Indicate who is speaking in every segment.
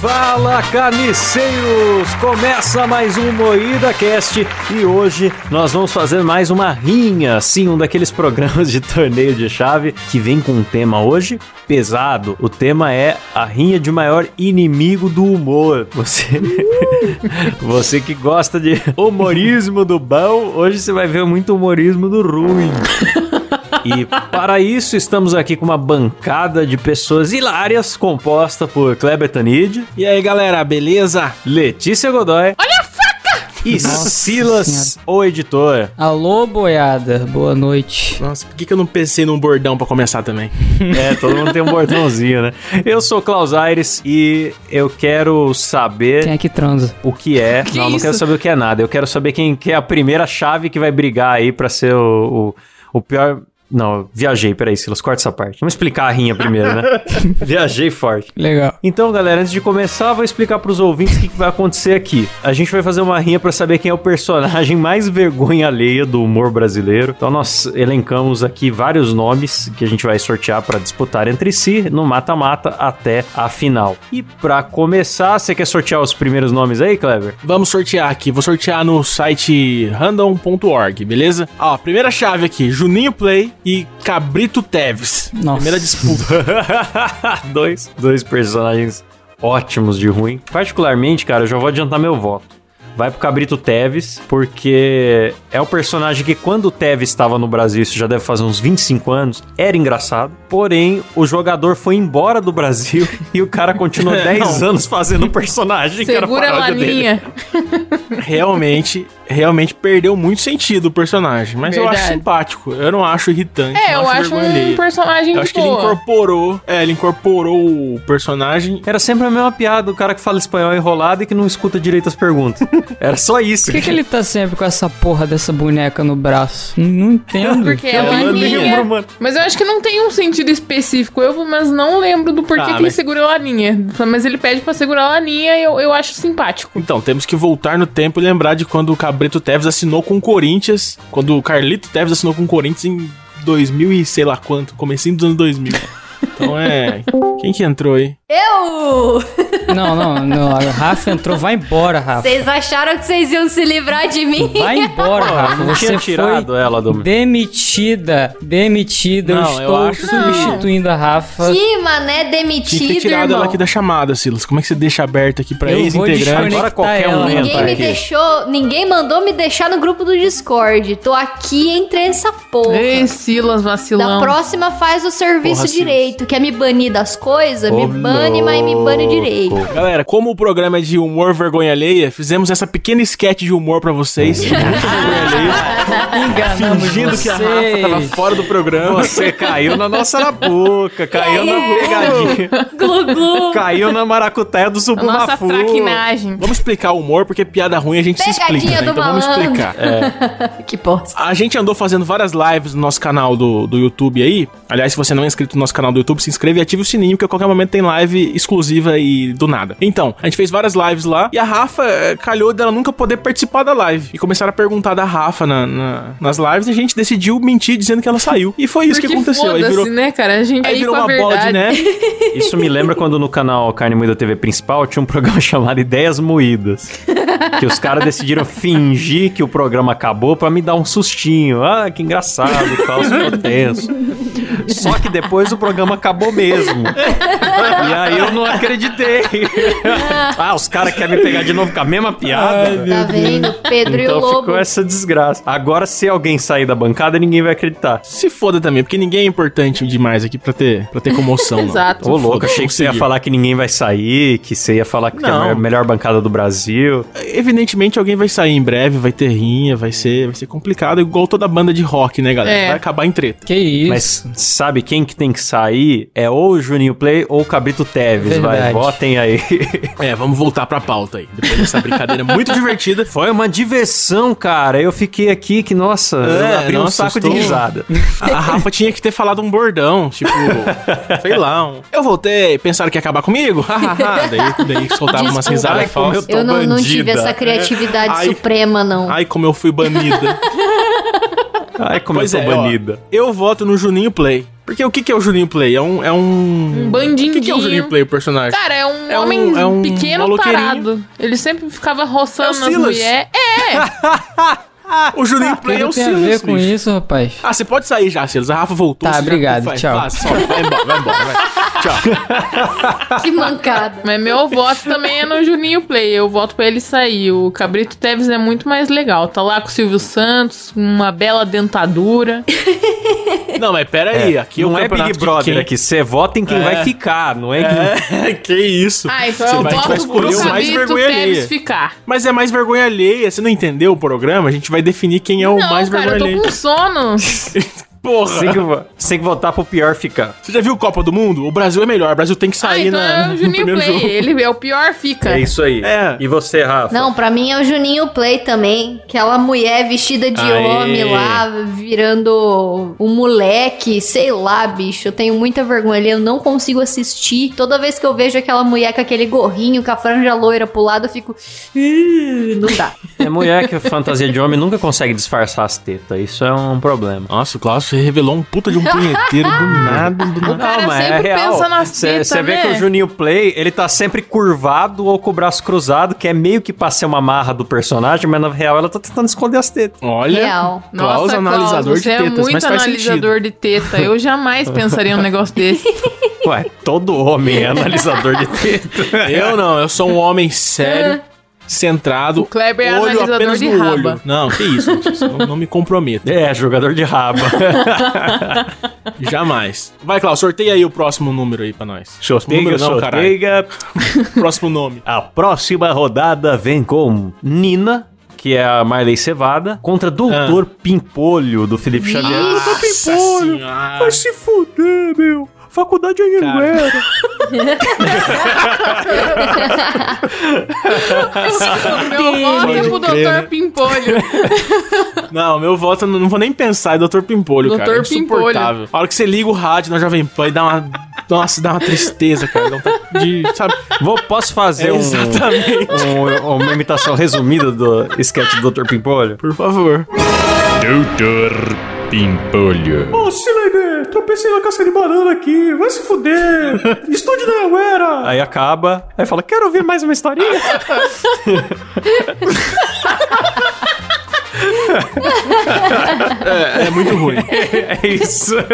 Speaker 1: Fala carniceiros! Começa mais um Moída Cast e hoje nós vamos fazer mais uma rinha, sim, um daqueles programas de torneio de chave que vem com um tema hoje pesado. O tema é a rinha de maior inimigo do humor. Você Você que gosta de humorismo do bom, hoje você vai ver muito humorismo do ruim. E para isso estamos aqui com uma bancada de pessoas hilárias composta por Kleber Tanid,
Speaker 2: E aí, galera, beleza?
Speaker 1: Letícia Godoy. Olha a faca! E
Speaker 3: Nossa
Speaker 1: Silas,
Speaker 3: Senhora.
Speaker 1: o editor.
Speaker 3: Alô, boiada, boa noite.
Speaker 2: Nossa, por que, que eu não pensei num bordão pra começar também?
Speaker 1: É, todo mundo tem um bordãozinho, né? Eu sou o Klaus Aires e eu quero saber
Speaker 3: Quem é que transa?
Speaker 1: o que é.
Speaker 3: Que
Speaker 1: não, eu não quero
Speaker 3: isso?
Speaker 1: saber o que é nada. Eu quero saber quem que é a primeira chave que vai brigar aí pra ser o, o, o pior. Não, eu viajei, peraí, Silas, corta essa parte. Vamos explicar a rinha primeiro, né? viajei forte.
Speaker 3: Legal.
Speaker 1: Então, galera, antes de começar, vou explicar pros ouvintes o que, que vai acontecer aqui. A gente vai fazer uma rinha pra saber quem é o personagem mais vergonha alheia do humor brasileiro. Então, nós elencamos aqui vários nomes que a gente vai sortear pra disputar entre si no mata-mata até a final. E pra começar, você quer sortear os primeiros nomes aí, Kleber?
Speaker 2: Vamos sortear aqui, vou sortear no site random.org, beleza? Ó, primeira chave aqui, Juninho Play e Cabrito Teves.
Speaker 3: Nossa.
Speaker 2: Primeira disputa.
Speaker 1: dois, dois personagens ótimos de ruim. Particularmente, cara, eu já vou adiantar meu voto. Vai pro Cabrito Teves, porque é o personagem que quando o Teves estava no Brasil, isso já deve fazer uns 25 anos, era engraçado. Porém, o jogador foi embora do Brasil e o cara continuou 10 anos fazendo o personagem que
Speaker 4: Segura
Speaker 1: era a
Speaker 4: a
Speaker 1: paródia dele.
Speaker 4: linha.
Speaker 2: realmente, realmente perdeu muito sentido o personagem, mas eu acho
Speaker 4: Verdade.
Speaker 2: simpático, eu não acho irritante,
Speaker 4: É,
Speaker 2: não
Speaker 4: eu acho
Speaker 2: vergonha alheia.
Speaker 4: um personagem
Speaker 2: Eu
Speaker 4: de
Speaker 2: acho que ele
Speaker 4: boa.
Speaker 2: incorporou, é, ele incorporou o personagem.
Speaker 1: Era sempre a mesma piada, o cara que fala espanhol enrolado e que não escuta direito as perguntas. Era só isso.
Speaker 3: Por que, que ele tá sempre com essa porra dessa boneca no braço? Não, não entendo.
Speaker 4: Porque é
Speaker 1: Eu
Speaker 4: uma
Speaker 1: não lembro,
Speaker 4: linha.
Speaker 1: mano.
Speaker 4: Mas eu acho que não tem um sentido específico. Eu, mas não lembro do porquê
Speaker 2: Ah,
Speaker 4: que ele
Speaker 2: mas-
Speaker 4: segurou a linha. Mas ele pede pra segurar a linha e eu, eu acho simpático.
Speaker 2: Então, temos que voltar no tempo e lembrar de quando o Cabrito Teves assinou com o Corinthians, quando o Carlito Teves assinou com o Corinthians em 2000 e sei lá quanto, comecinho dos anos 2000. Então é, quem que entrou aí?
Speaker 5: Eu!
Speaker 3: Não, não, não. a Rafa entrou, vai embora, Rafa.
Speaker 5: Vocês acharam que vocês iam se livrar de mim?
Speaker 3: Vai embora, Rafa.
Speaker 1: Não tinha
Speaker 3: Ah, Você
Speaker 1: tirado
Speaker 3: foi
Speaker 1: ela do...
Speaker 3: demitida. Demitida.
Speaker 2: Não, eu
Speaker 3: eu estou
Speaker 2: acho que-
Speaker 3: substituindo a Rafa.
Speaker 5: Que mané demitido,
Speaker 2: Tinha que ter tirado
Speaker 5: irmão.
Speaker 2: ela aqui da chamada, Silas. Como é que você deixa aberto aqui pra
Speaker 3: Eu vou
Speaker 2: ex-integrante?
Speaker 3: desconectar
Speaker 1: Agora qualquer um
Speaker 3: ela.
Speaker 1: entra
Speaker 5: Ninguém me
Speaker 1: aqui.
Speaker 5: deixou, ninguém mandou me deixar no grupo do Discord. Tô aqui entre essa porra.
Speaker 4: Ei, Silas,
Speaker 5: Da
Speaker 4: vacilão.
Speaker 5: próxima faz o serviço
Speaker 2: Porra, sim.
Speaker 5: direito. Quer me banir das coisas?
Speaker 1: Ô,
Speaker 5: me bane, mas me bane
Speaker 1: louco.
Speaker 5: direito.
Speaker 2: Galera, como o programa é de humor vergonha alheia, fizemos essa pequena sketch de humor pra vocês.
Speaker 3: Enganamos
Speaker 2: Tá fingindo que a Rafa tava
Speaker 3: vocês.
Speaker 2: fora do programa.
Speaker 1: Você caiu na nossa arapuca, caiu na pegadinha,
Speaker 5: Glu glu.
Speaker 1: caiu na maracutaia do
Speaker 4: A nossa
Speaker 1: Subumafu.
Speaker 4: traquinagem.
Speaker 2: Vamos explicar o humor, porque piada ruim a gente se
Speaker 5: Pegadinha
Speaker 2: explica, né?
Speaker 5: do
Speaker 2: Então vamos
Speaker 5: malandro.
Speaker 2: explicar.
Speaker 5: que bosta.
Speaker 2: A gente andou fazendo várias lives no nosso canal do, do YouTube aí. Aliás, se você não é inscrito no nosso canal do YouTube, se inscreve e ativa o sininho, porque a qualquer momento tem live exclusiva e do nada. Então, a gente fez várias lives lá e a Rafa eh, calhou dela nunca poder participar da live. E começaram a perguntar da Rafa na- na- nas lives e a gente decidiu mentir dizendo que ela saiu. E foi isso
Speaker 4: Porque
Speaker 2: que aconteceu. Aí
Speaker 4: foda-se,
Speaker 2: virou,
Speaker 4: né, cara? A gente
Speaker 2: aí virou
Speaker 4: com a
Speaker 2: uma né? bola de
Speaker 4: verdade.
Speaker 2: neve.
Speaker 1: né? Isso me lembra quando no canal Carne Moída TV Principal tinha um programa chamado Ideias Moídas. Que os caras decidiram fingir que o programa acabou pra me dar um sustinho. Ah, que engraçado, tal, ficou tenso. Só que depois o programa acabou mesmo. E aí eu não acreditei. Ah, os caras querem me pegar de novo com a mesma piada.
Speaker 5: Tá vendo? Pedro e o
Speaker 1: Então
Speaker 5: Lobo.
Speaker 1: ficou essa desgraça. Agora, se alguém sair da bancada, ninguém vai acreditar.
Speaker 2: Se foda também, porque ninguém é importante demais aqui pra ter, pra ter comoção. não.
Speaker 4: Exato.
Speaker 1: Ô, louco, achei que
Speaker 2: vamos
Speaker 1: você ia
Speaker 2: seguir.
Speaker 1: falar que ninguém vai sair, que você ia falar que é a
Speaker 2: Não.
Speaker 1: maior- melhor bancada do Brasil.
Speaker 2: Evidentemente alguém vai sair em breve, vai ter rinha, vai ser, vai ser complicado, igual toda banda de rock, né, galera?
Speaker 4: É.
Speaker 2: Vai acabar em treta.
Speaker 3: Que isso.
Speaker 1: Mas sabe quem que tem que sair? É ou o Juninho Play ou o Cabrito Teves, vai.
Speaker 3: Verdade.
Speaker 1: Votem aí.
Speaker 2: É, vamos voltar pra pauta aí. Depois dessa brincadeira muito divertida.
Speaker 1: Foi uma diversão, cara. Eu fiquei aqui que, nossa,
Speaker 2: É,
Speaker 1: eu abri um
Speaker 2: nossa,
Speaker 1: saco
Speaker 2: estou-
Speaker 1: de risada.
Speaker 2: A Rafa tinha que ter falado um bordão, tipo, sei lá, um, eu voltei, pensaram que ia acabar comigo? Hahaha. daí, daí soltava umas
Speaker 5: Desculpa.
Speaker 2: risadas
Speaker 1: Como eu
Speaker 2: falsas.
Speaker 1: tô
Speaker 5: Eu não, não tive
Speaker 1: bandida.
Speaker 5: essa criatividade
Speaker 2: Ai.
Speaker 5: suprema, não.
Speaker 2: Ai, como eu fui banida.
Speaker 1: Ai, como
Speaker 2: Pois
Speaker 1: eu tô
Speaker 2: é, ó,
Speaker 1: banida.
Speaker 2: eu voto no Juninho Play. Porque o que, que é o Juninho Play? É um. É um...
Speaker 4: Um
Speaker 2: O
Speaker 4: bandindinho.
Speaker 2: que, que é o Juninho Play, o personagem?
Speaker 4: Cara, é um
Speaker 2: É um-
Speaker 4: homem
Speaker 2: é um
Speaker 4: pequeno
Speaker 2: maloqueirinho.
Speaker 4: parado. Ele sempre ficava
Speaker 2: É o
Speaker 4: roçando nas
Speaker 2: Silas.
Speaker 4: mulheres. É!
Speaker 2: o Juninho
Speaker 3: O que
Speaker 2: Play é
Speaker 3: que
Speaker 2: o
Speaker 3: tem a
Speaker 2: Silas.
Speaker 3: ver com
Speaker 2: bicho.
Speaker 3: isso, rapaz?
Speaker 2: Ah, você pode sair já, Silas. A Rafa voltou.
Speaker 3: Tá,
Speaker 2: você já-
Speaker 3: obrigado,
Speaker 2: vai,
Speaker 3: tchau.
Speaker 2: vai, só, vai embora, vai embora, vai. Tchau.
Speaker 5: Que mancada.
Speaker 4: Mas meu voto também é no Juninho Play. Eu voto pra ele sair. O Cabrito Teves é muito mais legal. Tá lá com o Silvio Santos, uma bela dentadura.
Speaker 2: Não, mas pera aí. Aqui
Speaker 1: não
Speaker 2: o
Speaker 1: é
Speaker 2: campeonato
Speaker 1: Big
Speaker 2: de
Speaker 1: Brother
Speaker 2: quem-
Speaker 1: aqui. Você vota em quem
Speaker 2: É.
Speaker 1: vai ficar, não é? em quem-
Speaker 2: É, que isso.
Speaker 4: Ah, então
Speaker 2: Você
Speaker 4: eu
Speaker 2: vai- a gente vai
Speaker 4: voto
Speaker 2: escolher
Speaker 4: pro
Speaker 2: o mais
Speaker 4: Cabrito
Speaker 2: vergonha alheia.
Speaker 4: Teves ficar.
Speaker 2: Mas é mais vergonha alheia. Você não entendeu o programa? A gente vai definir quem é o
Speaker 4: não,
Speaker 2: mais
Speaker 4: cara, eu
Speaker 2: vergonha
Speaker 4: tô
Speaker 2: alheia.
Speaker 4: com sono.
Speaker 2: Porra!
Speaker 1: Você tem, que, vo- você tem que votar pro pior ficar.
Speaker 2: Você já viu Copa do Mundo? O Brasil é melhor. O Brasil tem que
Speaker 4: Ah,
Speaker 2: sair
Speaker 4: então
Speaker 2: na,
Speaker 4: é o
Speaker 2: no
Speaker 4: Juninho
Speaker 2: primeiro
Speaker 4: Play.
Speaker 2: jogo.
Speaker 4: Ele é o pior fica.
Speaker 1: É isso aí.
Speaker 2: É.
Speaker 1: E você, Rafa?
Speaker 5: Não, pra mim é o Juninho Play também. Aquela mulher vestida de
Speaker 2: Aê.
Speaker 5: homem lá, virando um moleque, sei lá, bicho. Eu tenho muita vergonha ali, eu não consigo assistir. Toda vez que eu vejo aquela mulher com aquele gorrinho, com a franja loira pro lado, eu fico. "Ih, Não dá.
Speaker 1: É mulher que fantasia de homem nunca consegue disfarçar as tetas. Isso é um problema.
Speaker 2: Nossa, o Klaus revelou um puta de um punheteiro do nada, do nada.
Speaker 4: cara
Speaker 1: é
Speaker 4: sempre pensa nas tetas,
Speaker 1: Você vê
Speaker 4: né?
Speaker 1: que o Juninho Play, ele tá sempre curvado ou com o braço cruzado, que é meio que pra ser uma marra do personagem, mas na real ela tá tentando esconder as tetas.
Speaker 2: Olha,
Speaker 5: Real.
Speaker 2: Klaus
Speaker 4: Klaus,
Speaker 2: analisador de
Speaker 4: você
Speaker 2: tetas,
Speaker 4: é muito
Speaker 2: mas faz sentido.
Speaker 4: analisador de teta. Eu jamais pensaria um negócio desse.
Speaker 1: Ué, todo homem é analisador de teta.
Speaker 2: Eu não, eu sou um homem sério, centrado,
Speaker 4: Kleber é
Speaker 2: olho
Speaker 4: analisador
Speaker 2: apenas
Speaker 4: de
Speaker 2: no
Speaker 4: raba.
Speaker 2: olho. Não, que isso, gente, isso não, não me comprometa.
Speaker 1: É, jogador de raba.
Speaker 2: Jamais. Vai, Klaus, sorteia aí o próximo número aí pra nós.
Speaker 1: Sorteio,
Speaker 2: número não,
Speaker 1: sorteia.
Speaker 2: Próximo nome.
Speaker 1: A próxima rodada vem com Nina, que é a Marley Cevada, contra Doutor Pimpolho, do Felipe Xavier.
Speaker 2: Nossa senhora.
Speaker 1: se fuder, meu. Faculdade é Anhanguera.
Speaker 2: Pode crer,
Speaker 4: Meu voto é pro
Speaker 2: né?
Speaker 4: Dr. Pimpolho.
Speaker 2: Não, meu voto, eu não vou nem pensar, é Dr. Pimpolho, cara. É
Speaker 4: Dr. Pimpolho.
Speaker 2: insuportável. A hora que você liga o rádio na Jovem Pan e dá uma... Nossa, dá uma tristeza, cara. Dá um tá- de, sabe?
Speaker 1: Vou, posso
Speaker 2: É,
Speaker 1: fazer um-
Speaker 2: exatamente.
Speaker 1: um- uma imitação resumida do sketch do Dr. Pimpolho?
Speaker 2: Por favor.
Speaker 6: Doutor Pimpolho.
Speaker 1: Ô, Sileide, tropecei na casca de banana aqui, vai se fuder. Estude da Anhanguera. Aí acaba, aí fala, quero ouvir mais uma historinha.
Speaker 2: É, é muito ruim.
Speaker 1: É isso.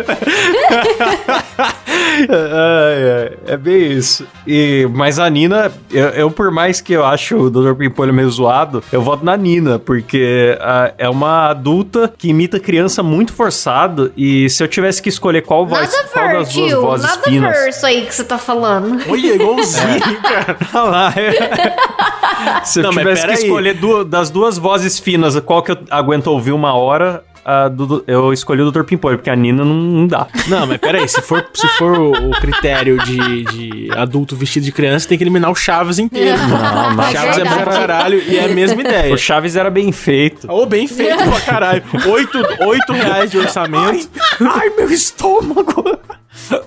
Speaker 1: Ai, ai, é bem isso. E, mas a Nina, eu, eu, por mais que eu acho o Dr. Pimpolho meio zoado, eu voto na Nina, porque ah, é uma adulta que imita criança muito forçado. E se eu tivesse que escolher qual, voz,
Speaker 5: Nada
Speaker 1: qual das duas
Speaker 5: fértil,
Speaker 1: vozes
Speaker 5: nada
Speaker 1: finas.
Speaker 5: verso aí que você tá falando.
Speaker 2: Olha, é igualzinho, cara.
Speaker 1: Ah lá, é. se eu
Speaker 2: Não, mas
Speaker 1: tivesse que
Speaker 2: peraí.
Speaker 1: escolher du- das duas vozes finas, qual que eu aguento ouvir uma hora, a do- do- eu escolhi o Dr. Pimpolho, porque a Nina não, não dá.
Speaker 2: Não, mas peraí, se for, se for o, o critério de, de adulto vestido de criança, tem que eliminar o Chaves inteiro.
Speaker 1: Não, mas-
Speaker 2: Chaves é bom pra
Speaker 5: Verdade.
Speaker 2: caralho e é a mesma ideia.
Speaker 1: O Chaves era bem feito.
Speaker 2: Ou bem feito pra caralho. Oito, oito reais de orçamento.
Speaker 1: Ai, meu estômago!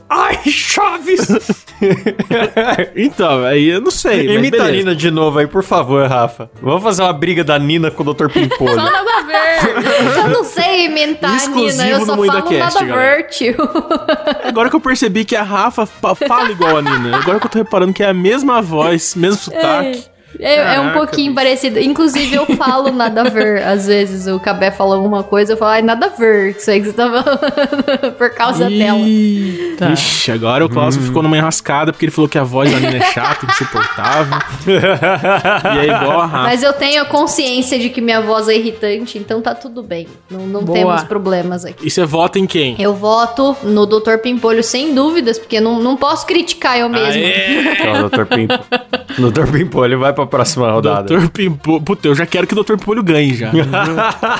Speaker 1: Ai, Chaves!
Speaker 2: Então, aí eu não sei. mas
Speaker 1: Imita a
Speaker 2: beleza.
Speaker 1: Nina de novo aí, por favor, Rafa. Vamos fazer uma briga da Nina com o Dr.
Speaker 4: Só
Speaker 1: Pimpolho.
Speaker 4: nada a ver.
Speaker 5: Eu não sei imitar a
Speaker 2: Exclusivo
Speaker 5: Nina, eu só
Speaker 2: no
Speaker 5: falo
Speaker 2: MuidaCast,
Speaker 5: nada
Speaker 2: galera.
Speaker 5: vertil.
Speaker 2: Agora que eu percebi que a Rafa fa- fala igual a Nina. Agora que eu tô reparando que é a mesma voz, mesmo sotaque.
Speaker 5: É, é um
Speaker 2: Caraca,
Speaker 5: pouquinho parecido. Inclusive, eu falo nada a ver. Às vezes o Cabé fala alguma coisa, eu falo, ai, nada a ver isso aí que você tá falando. Por causa dela.
Speaker 2: Eita. Hum. Ixi, agora o Klaus ficou numa enrascada porque ele falou que a voz da Nina é chata, insuportável. e é igual a Rafa.
Speaker 5: Mas eu tenho a consciência de que minha voz é irritante, então tá tudo bem. Não, não
Speaker 4: Boa.
Speaker 5: temos problemas aqui.
Speaker 2: E você vota é em quem?
Speaker 5: Eu voto no Dr. Pimpolho sem dúvidas, porque não, não posso criticar eu É mesmo.
Speaker 2: Aê!
Speaker 1: Então, o Dr. Pimpolho. Dr. Pimpolho vai pra próxima rodada.
Speaker 2: Doutor Pimpolho. Puta, eu já quero que o Doutor Pimpolho ganhe já.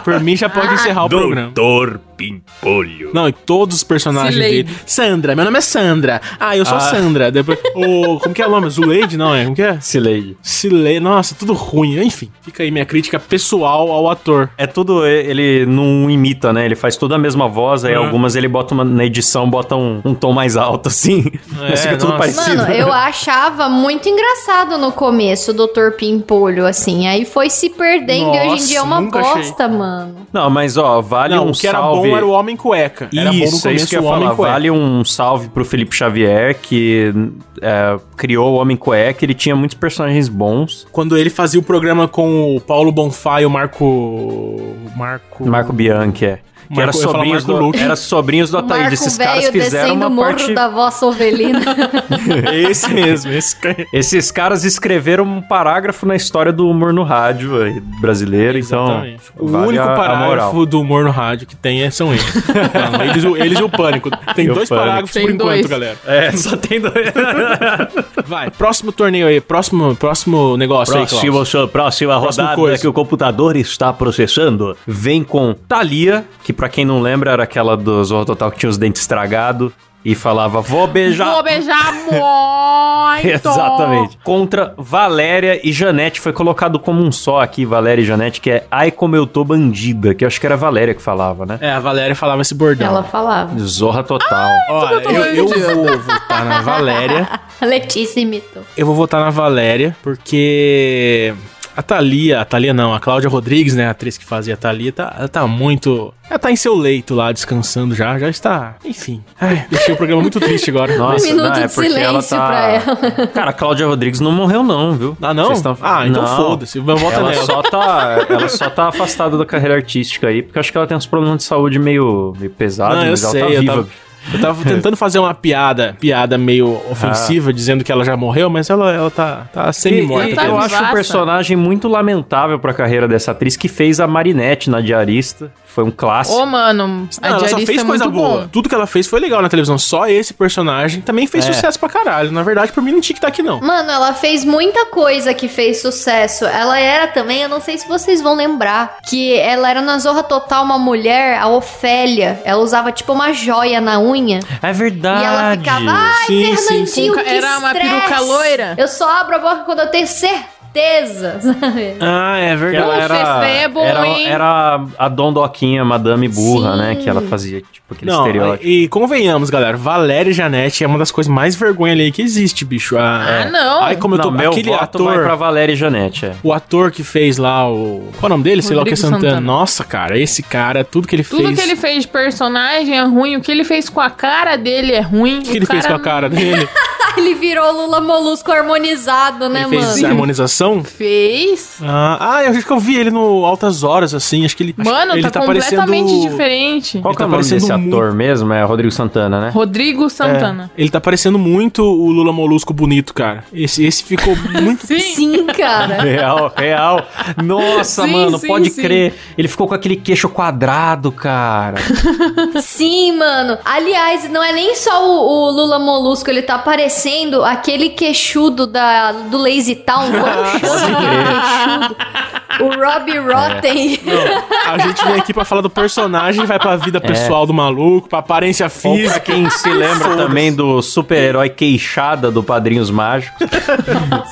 Speaker 2: Por mim, já pode encerrar o programa.
Speaker 6: Doutor Pimpolho.
Speaker 2: Não, e todos os personagens
Speaker 4: Zuleide.
Speaker 2: dele. Sandra, meu nome é Sandra. Ah, eu sou
Speaker 1: Ah.
Speaker 2: Sandra. Depois, Ô, como que é o nome? Zuleide? Não, é? Como que é?
Speaker 1: Sileide.
Speaker 2: Sile... Nossa, tudo ruim. Enfim, fica aí minha crítica pessoal ao ator.
Speaker 1: É tudo, e- ele não imita, né? Ele faz toda a mesma voz, aí
Speaker 2: Ah.
Speaker 1: algumas ele bota uma, na edição, bota um, um tom mais alto, assim. mas fica tudo
Speaker 2: É, nossa.
Speaker 1: parecido.
Speaker 5: Mano, eu achava muito engraçado no começo o Dr. Pimpolho, assim. Aí foi se perdendo e hoje
Speaker 2: Nossa,
Speaker 5: em dia é uma
Speaker 2: nunca achei.
Speaker 5: bosta, mano.
Speaker 1: Não, mas ó, vale
Speaker 2: Não,
Speaker 1: um
Speaker 2: o que era
Speaker 1: salve
Speaker 2: bom bom era o Homem Cueca. Era bom no
Speaker 1: Isso, é
Speaker 2: começo
Speaker 1: isso que eu
Speaker 2: o
Speaker 1: ia
Speaker 2: Homem
Speaker 1: falar.
Speaker 2: Cueca.
Speaker 1: Vale um salve pro Felipe Xavier, que é, criou o Homem Cueca. Ele tinha muitos personagens bons.
Speaker 2: Quando ele fazia o programa com o Paulo Bonfá e o Marco. Marco.
Speaker 1: Marco Bianchi, é. Que era,
Speaker 2: Marco- eu ia falar
Speaker 1: sobrinhos
Speaker 2: Marco
Speaker 1: do,
Speaker 2: Luque.
Speaker 1: era sobrinhos do Ataíde.
Speaker 5: Marco
Speaker 1: Esses caras
Speaker 5: velho
Speaker 1: fizeram
Speaker 5: descendo o
Speaker 1: uma
Speaker 5: morro
Speaker 1: parte.
Speaker 5: da vossa ovelina.
Speaker 2: Esse mesmo, esse é cara.
Speaker 1: Esses caras escreveram um parágrafo na história do humor no rádio aí, brasileiro,
Speaker 2: Exatamente.
Speaker 1: então.
Speaker 2: o
Speaker 1: vale
Speaker 2: único
Speaker 1: a- a moral.
Speaker 2: parágrafo do humor no rádio que tem é- são eles. Não, eles, e o- eles e o Pânico. Tem
Speaker 1: E o
Speaker 2: dois
Speaker 1: Pânico.
Speaker 2: parágrafos
Speaker 4: Tem
Speaker 2: por enquanto,
Speaker 4: dois.
Speaker 2: galera.
Speaker 1: É, só tem dois.
Speaker 2: Vai, próximo torneio aí, próximo, próximo negócio aí, Klaus.
Speaker 1: Próximo, próxima rodada
Speaker 2: coisa.
Speaker 1: que o computador está processando. Vem com Thalia, que pra quem não lembra era aquela do Zorro Total que tinha os dentes estragados e falava, vou beijar.
Speaker 4: Vou beijar muito!
Speaker 1: Exatamente. Contra Valéria e Janete. Foi colocado como um só aqui, Valéria e Janete, que é Ai Como Eu Tô Bandida, que eu acho que era a Valéria que falava, né?
Speaker 2: É, a Valéria falava esse bordão.
Speaker 5: Ela falava.
Speaker 1: Zorra Total.
Speaker 2: Olha,
Speaker 4: Tudo
Speaker 2: eu, eu
Speaker 4: doido.
Speaker 2: vou votar na Valéria.
Speaker 5: Letícia imitou.
Speaker 2: Eu vou votar na Valéria, porque a Thalia, a Thalia não, a Cláudia Rodrigues, né, a atriz que fazia a Thalia, tá, ela tá muito... Ela tá em seu leito lá, descansando já, já está... Enfim, ai, deixei o programa muito triste agora.
Speaker 1: Nossa,
Speaker 5: Um
Speaker 1: é
Speaker 5: minuto de
Speaker 1: porque
Speaker 5: silêncio pra
Speaker 1: ela. Cara, a Cláudia Rodrigues não morreu, não, viu?
Speaker 2: Ah, não?
Speaker 1: Vocês tão-
Speaker 2: Ah, então
Speaker 1: Não.
Speaker 2: foda-se, meu voto é
Speaker 1: Ela
Speaker 2: nela.
Speaker 1: só, tá, ela só tá afastada da carreira artística aí, porque eu acho que ela tem uns problemas de saúde meio, meio pesados,
Speaker 2: Não, eu
Speaker 1: mas
Speaker 2: sei,
Speaker 1: ela tá
Speaker 2: eu
Speaker 1: viva.
Speaker 2: tava... Eu tava tentando fazer uma piada, piada meio
Speaker 1: Ah.
Speaker 2: ofensiva, dizendo que ela já morreu, mas ela, ela tá, tá
Speaker 1: E-
Speaker 2: semi-morta.
Speaker 1: e
Speaker 4: tá
Speaker 1: eu
Speaker 4: vivaça.
Speaker 1: acho um personagem muito lamentável pra carreira dessa atriz que fez a Marinette na Diarista. Foi um clássico.
Speaker 4: Ô, mano, a
Speaker 2: Não, ela só
Speaker 4: diarista
Speaker 2: fez
Speaker 4: é
Speaker 2: coisa
Speaker 4: muito
Speaker 2: boa.
Speaker 4: bom.
Speaker 2: Tudo que ela fez foi legal na televisão. Só esse personagem também fez
Speaker 1: É.
Speaker 2: sucesso pra caralho. Na verdade, por mim não tinha que estar aqui, não.
Speaker 5: Mano, ela fez muita coisa que fez sucesso. Ela era também, eu não sei se vocês vão lembrar, que ela era na Zorra Total uma mulher, a Ofélia. Ela usava tipo uma joia na unha.
Speaker 1: É verdade.
Speaker 5: E ela ficava, ai,
Speaker 2: Sim, sim,
Speaker 5: Fernandinho,
Speaker 4: sim.
Speaker 5: que
Speaker 4: Era uma
Speaker 5: estresse.
Speaker 4: peruca loira.
Speaker 5: Eu só abro a boca quando eu tenho certeza, sabe?
Speaker 2: Ah, é
Speaker 1: Ela
Speaker 4: Puxa,
Speaker 1: era,
Speaker 4: esse é bom,
Speaker 1: era,
Speaker 4: hein?
Speaker 1: era a Dondoquinha, Madame Burra,
Speaker 5: Sim.
Speaker 1: né? Que ela fazia, tipo, aquele
Speaker 2: Não, é,
Speaker 1: estereótipo.
Speaker 2: e convenhamos, galera, Valéria Janete é uma das coisas mais vergonha ali que existe, bicho. Ah,
Speaker 4: Ah, não.
Speaker 2: Ai, como eu tô...
Speaker 1: Não, meu
Speaker 2: aquele
Speaker 1: voto vai
Speaker 2: ator...
Speaker 1: pra Valéria e Janete, é.
Speaker 2: O ator que fez lá o... Qual é o nome dele? Sei lá o que é
Speaker 4: Rodrigo
Speaker 2: Santana.
Speaker 4: Santana.
Speaker 2: Nossa, cara, esse cara, tudo que ele
Speaker 4: Tudo
Speaker 2: fez...
Speaker 4: que ele fez de personagem é ruim, o que ele fez com a cara dele é ruim.
Speaker 2: O que ele fez com a cara dele?
Speaker 5: Ele virou Lula Molusco harmonizado, né,
Speaker 2: ele fez
Speaker 5: mano?
Speaker 2: harmonização?
Speaker 4: Fez?
Speaker 2: Ah, ah, eu acho que eu vi ele no Altas Horas, assim. Acho que ele...
Speaker 4: Mano,
Speaker 2: ele
Speaker 4: tá, completamente
Speaker 2: parecendo-
Speaker 4: diferente.
Speaker 1: Qual que é
Speaker 2: tá
Speaker 1: o nome
Speaker 2: parecendo
Speaker 1: desse
Speaker 2: muito-
Speaker 1: ator mesmo? É Rodrigo Santana, né?
Speaker 2: É.
Speaker 4: Rodrigo Santana.
Speaker 2: Ele tá parecendo muito o Lula Molusco bonito, cara. Esse, esse ficou muito.
Speaker 4: Sim.
Speaker 5: Sim, cara.
Speaker 1: Real, real. Nossa,
Speaker 4: Sim,
Speaker 1: mano,
Speaker 4: sim,
Speaker 1: pode
Speaker 4: sim.
Speaker 1: crer. Ele ficou com aquele queixo quadrado, cara.
Speaker 5: Sim, mano. Aliás, não é nem só o, o Lula Molusco, ele tá parecendo aquele queixudo da, do Lazy Town. Como chama aquele queixudo? O Robbie Rotten.
Speaker 2: A gente vem aqui pra falar do personagem, vai pra vida pessoal do maluco, pra aparência
Speaker 1: É. Ou pra
Speaker 2: física.
Speaker 1: quem se lembra também do super-herói queixada do Padrinhos Mágicos.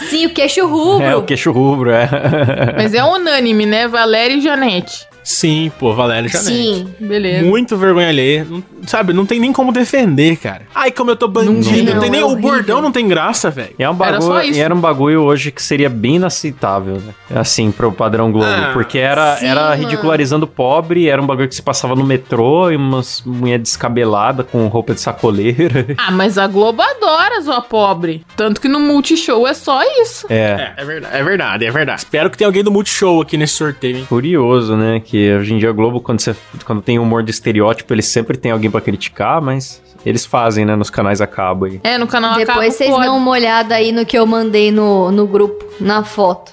Speaker 5: Sim, o queixo rubro.
Speaker 1: É, o queixo rubro, é.
Speaker 4: Mas é unânime, né? Valéria e Janete.
Speaker 2: Sim, pô, Valéria Janete.
Speaker 5: Sim.
Speaker 4: Beleza.
Speaker 2: Muito vergonha alheia. Não- sabe, não tem nem como defender, cara. Ai, como eu tô bandido. Não,
Speaker 5: Não,
Speaker 2: tem nem,
Speaker 5: é
Speaker 2: o
Speaker 5: horrível.
Speaker 2: bordão não tem graça, velho.
Speaker 1: E é um
Speaker 4: Era só
Speaker 1: bagulho,
Speaker 4: isso.
Speaker 1: e era um bagulho hoje que seria bem inaceitável, né? Assim, pro padrão Globo.
Speaker 2: Ah,
Speaker 1: porque era,
Speaker 5: sim,
Speaker 1: era
Speaker 5: mano.
Speaker 1: ridicularizando o pobre, era um bagulho que se passava no metrô e umas mulher descabelada com roupa de
Speaker 2: Hum.
Speaker 1: sacoleira.
Speaker 4: Ah, mas a Globo adora zoar pobre. Tanto que no Multishow é só isso.
Speaker 1: É.
Speaker 2: É, é verdade, é verdade, é verdade. Espero que tenha alguém do Multishow aqui nesse sorteio, hein?
Speaker 1: Curioso, né? Que hoje em dia a Globo, quando, você, quando tem humor de estereótipo, eles sempre tem alguém pra criticar, mas eles fazem, né? Nos canais a cabo aí.
Speaker 4: É, no canal Acabo
Speaker 5: Depois vocês
Speaker 4: pode.
Speaker 5: dão uma olhada aí no que eu mandei no, no grupo, na foto.